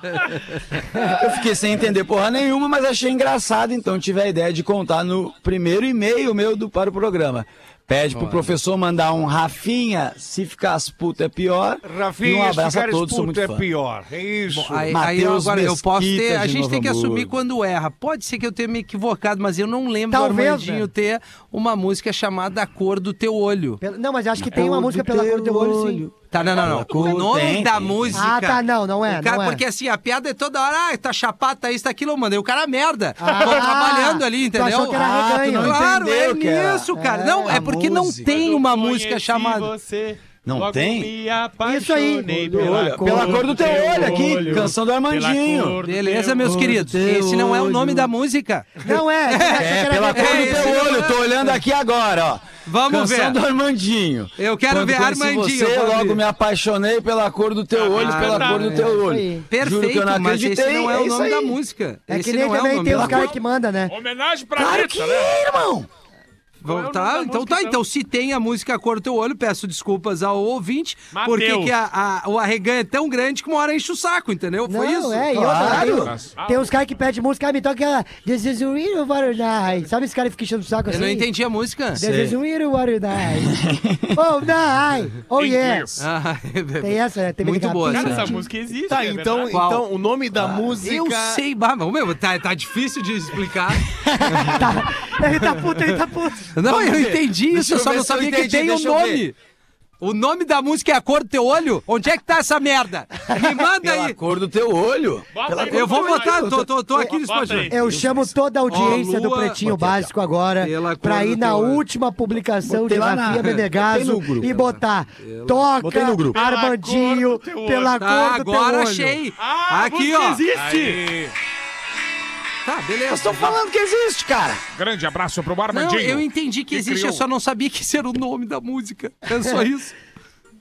[SPEAKER 8] Eu fiquei sem entender porra nenhuma, mas achei engraçado, então tive a ideia de contar no primeiro e-mail meu do, para o programa. Pede pro professor mandar um Rafinha, se ficar as puta é pior. e um
[SPEAKER 3] Rafinha,
[SPEAKER 8] abraço a
[SPEAKER 3] ficar
[SPEAKER 8] todos, sou muito
[SPEAKER 3] esputo é
[SPEAKER 8] fã.
[SPEAKER 3] pior. É isso.
[SPEAKER 1] Bom, aí, aí eu agora eu posso ter. A gente tem que assumir
[SPEAKER 3] quando.
[SPEAKER 1] quando erra. Pode ser que eu tenha me equivocado, mas eu não lembro
[SPEAKER 4] Talvez,
[SPEAKER 1] do Armandinho
[SPEAKER 4] né?
[SPEAKER 1] ter uma música chamada A Cor do Teu Olho.
[SPEAKER 4] Pela- Não, mas acho que tem uma música pela cor do teu olho, sim.
[SPEAKER 1] Tá, não, não, não. O nome
[SPEAKER 4] tem,
[SPEAKER 1] da
[SPEAKER 4] tem, tem.
[SPEAKER 1] música.
[SPEAKER 4] Ah, tá, não, não é,
[SPEAKER 1] O cara,
[SPEAKER 4] não é.
[SPEAKER 1] Porque assim, a piada é toda hora, ah, tá chapado, tá isso, tá aquilo, mano. E o cara é merda.
[SPEAKER 4] Ah,
[SPEAKER 1] Tô trabalhando ali,
[SPEAKER 4] tu
[SPEAKER 1] entendeu?
[SPEAKER 4] achou que era
[SPEAKER 1] Ah, tu
[SPEAKER 4] reganho.
[SPEAKER 1] não claro,
[SPEAKER 4] entendeu
[SPEAKER 1] é
[SPEAKER 4] que era.
[SPEAKER 1] nisso, cara. não, é porque não tem uma música chamada.
[SPEAKER 6] Você
[SPEAKER 8] Não
[SPEAKER 4] Logo
[SPEAKER 8] tem?
[SPEAKER 4] me apaixonei
[SPEAKER 8] Isso aí.
[SPEAKER 4] pela
[SPEAKER 8] Olha, pela cor do teu olho aqui, canção do Armandinho.
[SPEAKER 4] Pela cor do
[SPEAKER 1] Beleza,
[SPEAKER 4] teu
[SPEAKER 1] meus
[SPEAKER 4] olho.
[SPEAKER 1] queridos. Esse não é o nome da música.
[SPEAKER 7] Não é.
[SPEAKER 8] É, pela cor do
[SPEAKER 1] esse
[SPEAKER 8] teu
[SPEAKER 1] não
[SPEAKER 8] olho,
[SPEAKER 1] é.
[SPEAKER 8] tô olhando aqui agora, ó.
[SPEAKER 1] Vamos
[SPEAKER 8] Canção
[SPEAKER 1] ver.
[SPEAKER 8] do Armandinho.
[SPEAKER 1] Eu quero
[SPEAKER 8] Quando
[SPEAKER 1] ver
[SPEAKER 8] conheci
[SPEAKER 1] Armandinho,
[SPEAKER 8] Você,
[SPEAKER 1] vou abrir.
[SPEAKER 8] logo me apaixonei pela cor do teu olho, pela
[SPEAKER 1] tá.
[SPEAKER 8] cor do
[SPEAKER 1] É,
[SPEAKER 8] teu
[SPEAKER 1] isso
[SPEAKER 8] olho.
[SPEAKER 1] aí. Perfeito,
[SPEAKER 8] Juro que eu não
[SPEAKER 1] mas
[SPEAKER 8] acreditei.
[SPEAKER 1] esse não é o
[SPEAKER 8] isso
[SPEAKER 1] nome
[SPEAKER 8] aí.
[SPEAKER 1] da música.
[SPEAKER 7] É
[SPEAKER 1] Esse
[SPEAKER 7] que nem
[SPEAKER 1] não é o
[SPEAKER 7] também
[SPEAKER 1] nome
[SPEAKER 7] tem
[SPEAKER 1] da
[SPEAKER 7] os caras
[SPEAKER 1] música.
[SPEAKER 7] que mandam, né?
[SPEAKER 2] Homenagem pra
[SPEAKER 7] Claro
[SPEAKER 2] Anitta, né?
[SPEAKER 7] irmão!
[SPEAKER 1] Vamos,
[SPEAKER 2] Qual é o nome
[SPEAKER 1] tá,
[SPEAKER 2] da
[SPEAKER 1] então
[SPEAKER 2] música,
[SPEAKER 1] tá,
[SPEAKER 2] então?
[SPEAKER 1] então se tem a música Cor do Teu Olho, peço desculpas ao ouvinte,
[SPEAKER 4] Mateus.
[SPEAKER 1] porque que a- a- o arreganho é tão grande que uma hora enche o saco, entendeu? Foi
[SPEAKER 7] Não,
[SPEAKER 1] isso?
[SPEAKER 7] é, e
[SPEAKER 1] claro.
[SPEAKER 7] outra, tem, tem uns caras que pedem música, ah, me toca aquela This is the real water night. Sabe esse cara que fica enchendo o saco
[SPEAKER 1] Eu
[SPEAKER 7] assim?
[SPEAKER 1] não entendi a música.
[SPEAKER 7] This is the real water night. oh, night. Oh, yeah.
[SPEAKER 1] Ah,
[SPEAKER 7] Tem essa, né? Tem
[SPEAKER 1] Muito
[SPEAKER 7] aquela-
[SPEAKER 1] boa.
[SPEAKER 4] Cara,
[SPEAKER 1] essa.
[SPEAKER 4] essa música existe.
[SPEAKER 3] Ah,
[SPEAKER 5] Tá,
[SPEAKER 4] é
[SPEAKER 5] então,
[SPEAKER 4] verdade.
[SPEAKER 5] então o nome da música.
[SPEAKER 1] Eu sei, bah, mas, meu, tá, tá difícil de explicar.
[SPEAKER 7] Ele tá puto, ele tá puto.
[SPEAKER 1] Não,
[SPEAKER 5] Vamos
[SPEAKER 1] eu
[SPEAKER 5] ver.
[SPEAKER 1] entendi isso,
[SPEAKER 5] Deixa
[SPEAKER 1] eu
[SPEAKER 5] eu
[SPEAKER 1] só
[SPEAKER 5] ver
[SPEAKER 1] não
[SPEAKER 5] se eu
[SPEAKER 1] sabia que
[SPEAKER 5] entendi,
[SPEAKER 1] tem o
[SPEAKER 5] deixa eu
[SPEAKER 1] nome.
[SPEAKER 5] ver.
[SPEAKER 1] O nome da música é A Cor do Teu Olho? Onde é que tá essa merda? Me manda
[SPEAKER 8] Pela
[SPEAKER 1] aí.
[SPEAKER 8] cor do teu olho. Pela cor
[SPEAKER 1] Eu
[SPEAKER 8] do
[SPEAKER 1] vou
[SPEAKER 8] teu
[SPEAKER 1] botar,
[SPEAKER 8] olho.
[SPEAKER 1] tô, tô, tô aqui Tá, no
[SPEAKER 4] Bota
[SPEAKER 1] Spotify.
[SPEAKER 4] aí.
[SPEAKER 7] É, Eu chamo toda a audiência
[SPEAKER 1] Ó,
[SPEAKER 7] do
[SPEAKER 1] Lua-
[SPEAKER 7] Pretinho Básico agora
[SPEAKER 1] Pela
[SPEAKER 7] pra
[SPEAKER 1] cor
[SPEAKER 7] ir
[SPEAKER 1] do
[SPEAKER 7] na
[SPEAKER 1] teu olho.
[SPEAKER 7] última publicação
[SPEAKER 8] Botei
[SPEAKER 7] de
[SPEAKER 8] lá na-
[SPEAKER 7] Rafinha
[SPEAKER 8] botei
[SPEAKER 7] Benegaso
[SPEAKER 8] no grupo.
[SPEAKER 1] né?
[SPEAKER 7] e botar Toca
[SPEAKER 8] Botei no grupo.
[SPEAKER 7] Armandinho
[SPEAKER 4] É
[SPEAKER 7] pela
[SPEAKER 1] Tá,
[SPEAKER 7] cor do teu olho.
[SPEAKER 1] agora achei.
[SPEAKER 4] Ah, a
[SPEAKER 1] aqui,
[SPEAKER 4] música
[SPEAKER 1] ó.
[SPEAKER 4] existe!
[SPEAKER 2] Aí.
[SPEAKER 1] Tá,
[SPEAKER 8] Eu
[SPEAKER 1] beleza.
[SPEAKER 8] estou falando que existe, cara.
[SPEAKER 2] Grande abraço pro
[SPEAKER 1] Não,
[SPEAKER 2] Armandinho.
[SPEAKER 1] eu entendi que
[SPEAKER 2] Que
[SPEAKER 1] existe, eu
[SPEAKER 2] criou.
[SPEAKER 1] só não sabia que esse era o nome da música. É só isso.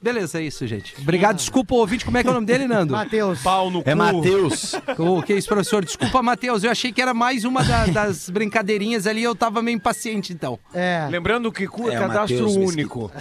[SPEAKER 1] Beleza, é isso, gente. Obrigado, desculpa o ouvinte, como é que é o nome dele, Nando?
[SPEAKER 7] Matheus.
[SPEAKER 4] Pau no
[SPEAKER 8] É
[SPEAKER 4] cu.
[SPEAKER 8] Matheus.
[SPEAKER 1] Ô, que é isso, professor? Desculpa, Matheus, eu achei que era mais uma da- das brincadeirinhas ali, eu tava meio impaciente, então.
[SPEAKER 7] É.
[SPEAKER 3] Lembrando que cu é,
[SPEAKER 8] É, o
[SPEAKER 3] cadastro
[SPEAKER 8] Matheus Mesquita.
[SPEAKER 3] único.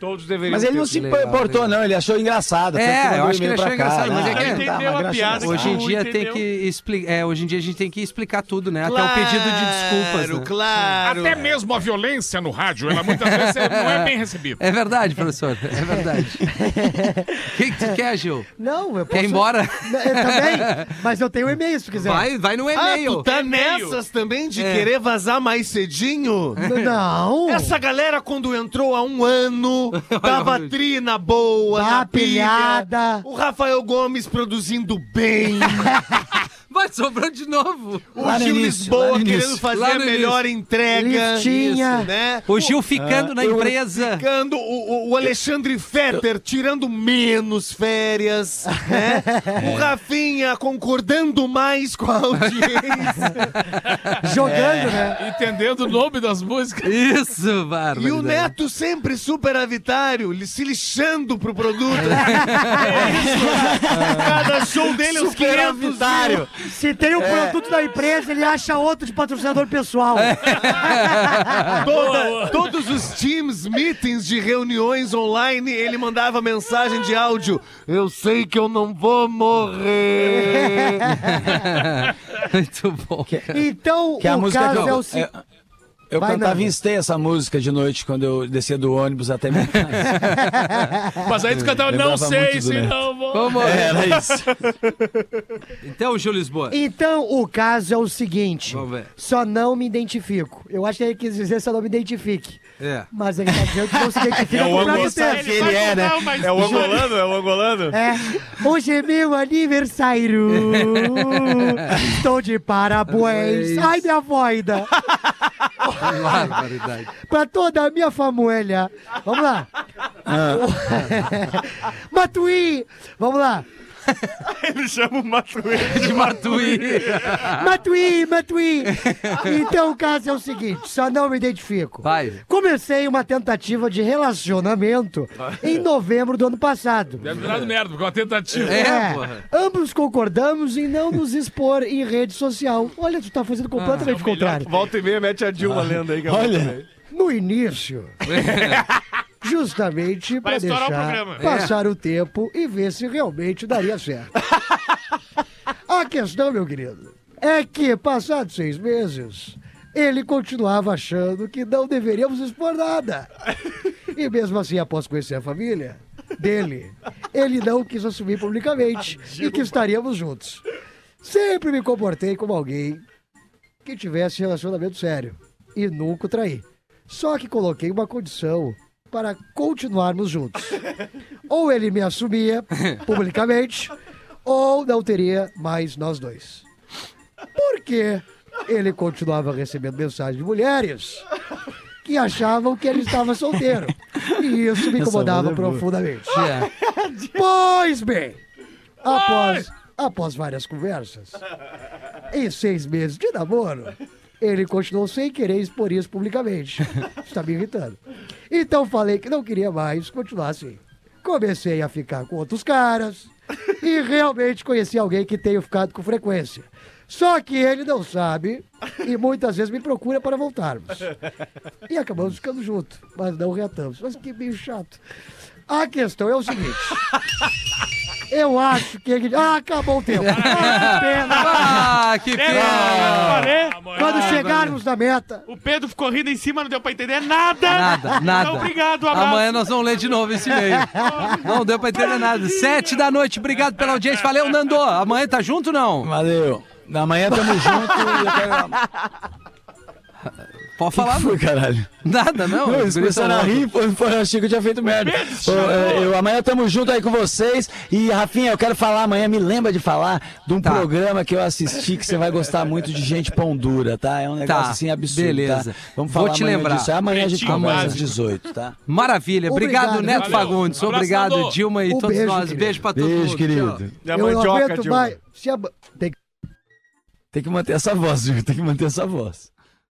[SPEAKER 3] Todos deveriam
[SPEAKER 8] Mas ele
[SPEAKER 3] ter.
[SPEAKER 8] não se
[SPEAKER 1] legal,
[SPEAKER 8] importou,
[SPEAKER 1] legal.
[SPEAKER 8] não. Ele achou engraçado.
[SPEAKER 1] É,
[SPEAKER 8] tanto mandou
[SPEAKER 1] eu acho que ele
[SPEAKER 8] e-mail pra
[SPEAKER 1] achou
[SPEAKER 8] cá,
[SPEAKER 1] engraçado, mas é
[SPEAKER 8] né?
[SPEAKER 1] que-
[SPEAKER 8] Ah,
[SPEAKER 4] Entendeu
[SPEAKER 8] tá,
[SPEAKER 4] a
[SPEAKER 8] uma graça
[SPEAKER 4] piada
[SPEAKER 8] não.
[SPEAKER 4] que
[SPEAKER 1] Hoje em
[SPEAKER 4] tu
[SPEAKER 1] dia tem
[SPEAKER 4] entendeu?
[SPEAKER 1] que explicar. É, hoje em dia a gente tem que explicar tudo, né? Até o pedido de desculpas. né?
[SPEAKER 5] Claro,
[SPEAKER 2] Até mesmo a violência no rádio, ela muitas vezes não é bem recebida.
[SPEAKER 1] É verdade, professor. É verdade. O que, que tu quer, Gil?
[SPEAKER 7] Não, eu posso...
[SPEAKER 1] Quer ir embora?
[SPEAKER 7] Não, Eu também, mas eu tenho e-mail se quiser.
[SPEAKER 1] Vai, vai no
[SPEAKER 5] Ah,
[SPEAKER 1] e-mail.
[SPEAKER 5] tu tá nessas também
[SPEAKER 6] É.
[SPEAKER 5] de querer vazar mais cedinho?
[SPEAKER 7] N- Não.
[SPEAKER 5] Essa galera, quando entrou há um ano, tava tri na boa,
[SPEAKER 7] Tá
[SPEAKER 5] na pilha.
[SPEAKER 7] pilhada.
[SPEAKER 5] O Rafael Gomes produzindo bem.
[SPEAKER 1] Vai, sobrou de novo.
[SPEAKER 5] o
[SPEAKER 8] Lá no
[SPEAKER 5] Gil
[SPEAKER 8] início, lá
[SPEAKER 5] Lisboa
[SPEAKER 8] no
[SPEAKER 5] querendo
[SPEAKER 8] início,
[SPEAKER 5] fazer
[SPEAKER 1] lá
[SPEAKER 5] a
[SPEAKER 1] no
[SPEAKER 5] melhor entrega.
[SPEAKER 7] Listinha.
[SPEAKER 5] Né?
[SPEAKER 1] O Gil ficando na empresa.
[SPEAKER 5] Ficando o, o- o Alexandre Fetter tirando menos férias, né? O Rafinha concordando mais com a audiência.
[SPEAKER 7] Jogando,
[SPEAKER 1] É.
[SPEAKER 7] né?
[SPEAKER 2] Entendendo o nome das músicas.
[SPEAKER 1] Isso, Bárbara.
[SPEAKER 5] e o Neto sempre superavitário, li- se lixando pro produto. Cada show dele é uns 500 mil.
[SPEAKER 7] Se tem um
[SPEAKER 1] É.
[SPEAKER 7] produto da empresa, ele acha outro de patrocinador pessoal.
[SPEAKER 5] Toda- todos os Teams meetings de reuniões online, ele mandava mensagem de áudio. Eu sei que eu não vou morrer.
[SPEAKER 1] Muito bom.
[SPEAKER 7] Então,
[SPEAKER 8] Que a
[SPEAKER 7] o
[SPEAKER 8] música
[SPEAKER 7] caso
[SPEAKER 8] que
[SPEAKER 7] é
[SPEAKER 8] eu,
[SPEAKER 7] o seguinte.
[SPEAKER 8] eu- eu
[SPEAKER 7] Vai,
[SPEAKER 8] cantava
[SPEAKER 7] Nando.
[SPEAKER 8] em stay essa música de noite quando eu descia do ônibus até minha casa.
[SPEAKER 2] Mas aí tu cantava,
[SPEAKER 8] Lembrava
[SPEAKER 2] não sei
[SPEAKER 8] muito do
[SPEAKER 2] se
[SPEAKER 8] Neto.
[SPEAKER 2] não vou.
[SPEAKER 1] Vamos.
[SPEAKER 8] É, Era isso.
[SPEAKER 1] É. Então, Gil Lisboa.
[SPEAKER 7] Então, o caso é o seguinte.
[SPEAKER 1] Vamos ver.
[SPEAKER 7] Só não me identifico. Eu acho que ele quis dizer só não me identifique.
[SPEAKER 1] É.
[SPEAKER 7] Mas ele tá dizendo que não se identifica com o próprio texto.
[SPEAKER 4] ele
[SPEAKER 2] um
[SPEAKER 4] é, né? É o angolano, é o angolano.
[SPEAKER 7] É. Hoje é meu aniversário. Estou de parabéns.
[SPEAKER 1] Parabéns.
[SPEAKER 7] Ai, minha voida.
[SPEAKER 1] Barbaridade.
[SPEAKER 7] Pra toda a minha família. Vamos lá. Matuí. Vamos lá.
[SPEAKER 4] Ele chama o Matuê.
[SPEAKER 1] De Matuí.
[SPEAKER 7] Matuí, Matuí. Então o caso é o seguinte, só não me identifico.
[SPEAKER 1] Vai.
[SPEAKER 7] Comecei uma tentativa de relacionamento em novembro do ano passado.
[SPEAKER 2] Deve ter dado merda, porque é uma tentativa.
[SPEAKER 1] É,
[SPEAKER 7] É,
[SPEAKER 1] porra.
[SPEAKER 7] ambos concordamos em não nos expor em rede social. Olha, tu tá fazendo
[SPEAKER 1] Ah,
[SPEAKER 7] completamente o contrário.
[SPEAKER 3] Volta e meia mete a Dilma lenda aí. Que
[SPEAKER 8] Olha,
[SPEAKER 7] No início, justamente para
[SPEAKER 4] estourar o
[SPEAKER 7] deixar
[SPEAKER 4] programa. É.
[SPEAKER 7] passar o tempo e ver se realmente daria certo. A questão, meu querido, é que passados seis meses, ele continuava achando que não deveríamos expor nada. E mesmo assim, após conhecer a família dele, ele não quis assumir publicamente e que estaríamos juntos. Sempre me comportei como alguém que tivesse relacionamento sério e nunca o traí. Só que coloquei uma condição para continuarmos juntos. ou ele me assumia publicamente, ou não teria mais nós dois. Porque ele continuava recebendo mensagens de mulheres que achavam que ele estava solteiro. E isso me
[SPEAKER 8] Essa
[SPEAKER 7] incomodava
[SPEAKER 8] voz é boa.
[SPEAKER 7] profundamente.
[SPEAKER 8] É.
[SPEAKER 7] Pois bem, após, após várias conversas e seis meses de namoro, ele continuou sem querer expor isso publicamente. Está me irritando. Então falei que não queria mais continuar assim. Comecei a ficar com outros caras e realmente conheci alguém que tenho ficado com frequência. Só que ele não sabe e muitas vezes me procura para voltarmos. E acabamos ficando juntos, mas não reatamos. Mas que meio chato. A questão é o seguinte. Eu acho que ele. Ah, acabou o tempo. Ah, que pena.
[SPEAKER 1] Ah,
[SPEAKER 6] É,
[SPEAKER 1] que pena.
[SPEAKER 7] Quando chegarmos na meta.
[SPEAKER 6] né? O Pedro ficou rindo em cima, não deu pra entender nada.
[SPEAKER 1] Nada, nada.
[SPEAKER 6] Então, obrigado, abraço.
[SPEAKER 1] Amanhã nós vamos ler de novo esse e-mail. Não deu pra entender nada. Sete da noite, obrigado pela audiência. Valeu, Nando. Amanhã tá junto ou não?
[SPEAKER 8] Valeu. Na manhã tamo junto. e eu quero-
[SPEAKER 1] Pode falar,
[SPEAKER 8] que foi,
[SPEAKER 1] mano?
[SPEAKER 8] caralho?
[SPEAKER 1] Nada, não. é
[SPEAKER 8] Eles
[SPEAKER 1] Os guris
[SPEAKER 8] começaram a
[SPEAKER 1] tão
[SPEAKER 8] rir,
[SPEAKER 1] loucos. tá
[SPEAKER 8] pô, pô, eu achei que eu tinha feito merda. Ô, é, eu, amanhã tamo junto aí com vocês. E, Rafinha, eu quero falar amanhã, me lembra de falar de
[SPEAKER 1] Tá.
[SPEAKER 8] um programa que eu assisti que você vai gostar muito de gente pão dura, tá? É um negócio
[SPEAKER 1] Tá,
[SPEAKER 8] assim absurdo.
[SPEAKER 1] beleza.
[SPEAKER 8] tá? Vamos
[SPEAKER 1] Vou
[SPEAKER 8] falar
[SPEAKER 1] te
[SPEAKER 8] amanhã
[SPEAKER 1] lembrar.
[SPEAKER 8] disso. É, Amanhã a gente
[SPEAKER 1] Pretinho
[SPEAKER 8] começa às
[SPEAKER 1] básico.
[SPEAKER 8] 18, tá?
[SPEAKER 1] Maravilha. Obrigado,
[SPEAKER 8] Obrigado,
[SPEAKER 1] Neto
[SPEAKER 8] valeu.
[SPEAKER 1] Fagundes.
[SPEAKER 8] Abraço,
[SPEAKER 1] obrigado,
[SPEAKER 8] Nando.
[SPEAKER 1] Dilma e
[SPEAKER 8] Um
[SPEAKER 1] todos
[SPEAKER 8] beijo,
[SPEAKER 1] nós.
[SPEAKER 8] querido.
[SPEAKER 1] Beijo pra todo
[SPEAKER 8] Beijo,
[SPEAKER 1] mundo.
[SPEAKER 8] querido.
[SPEAKER 1] Tchau.
[SPEAKER 3] É
[SPEAKER 8] Minha
[SPEAKER 7] eu não
[SPEAKER 8] mandioca,
[SPEAKER 7] aguento
[SPEAKER 8] Dilma.
[SPEAKER 7] mais. Se a... Tem
[SPEAKER 8] Tem que manter essa voz, Júlio. Tem que manter essa voz.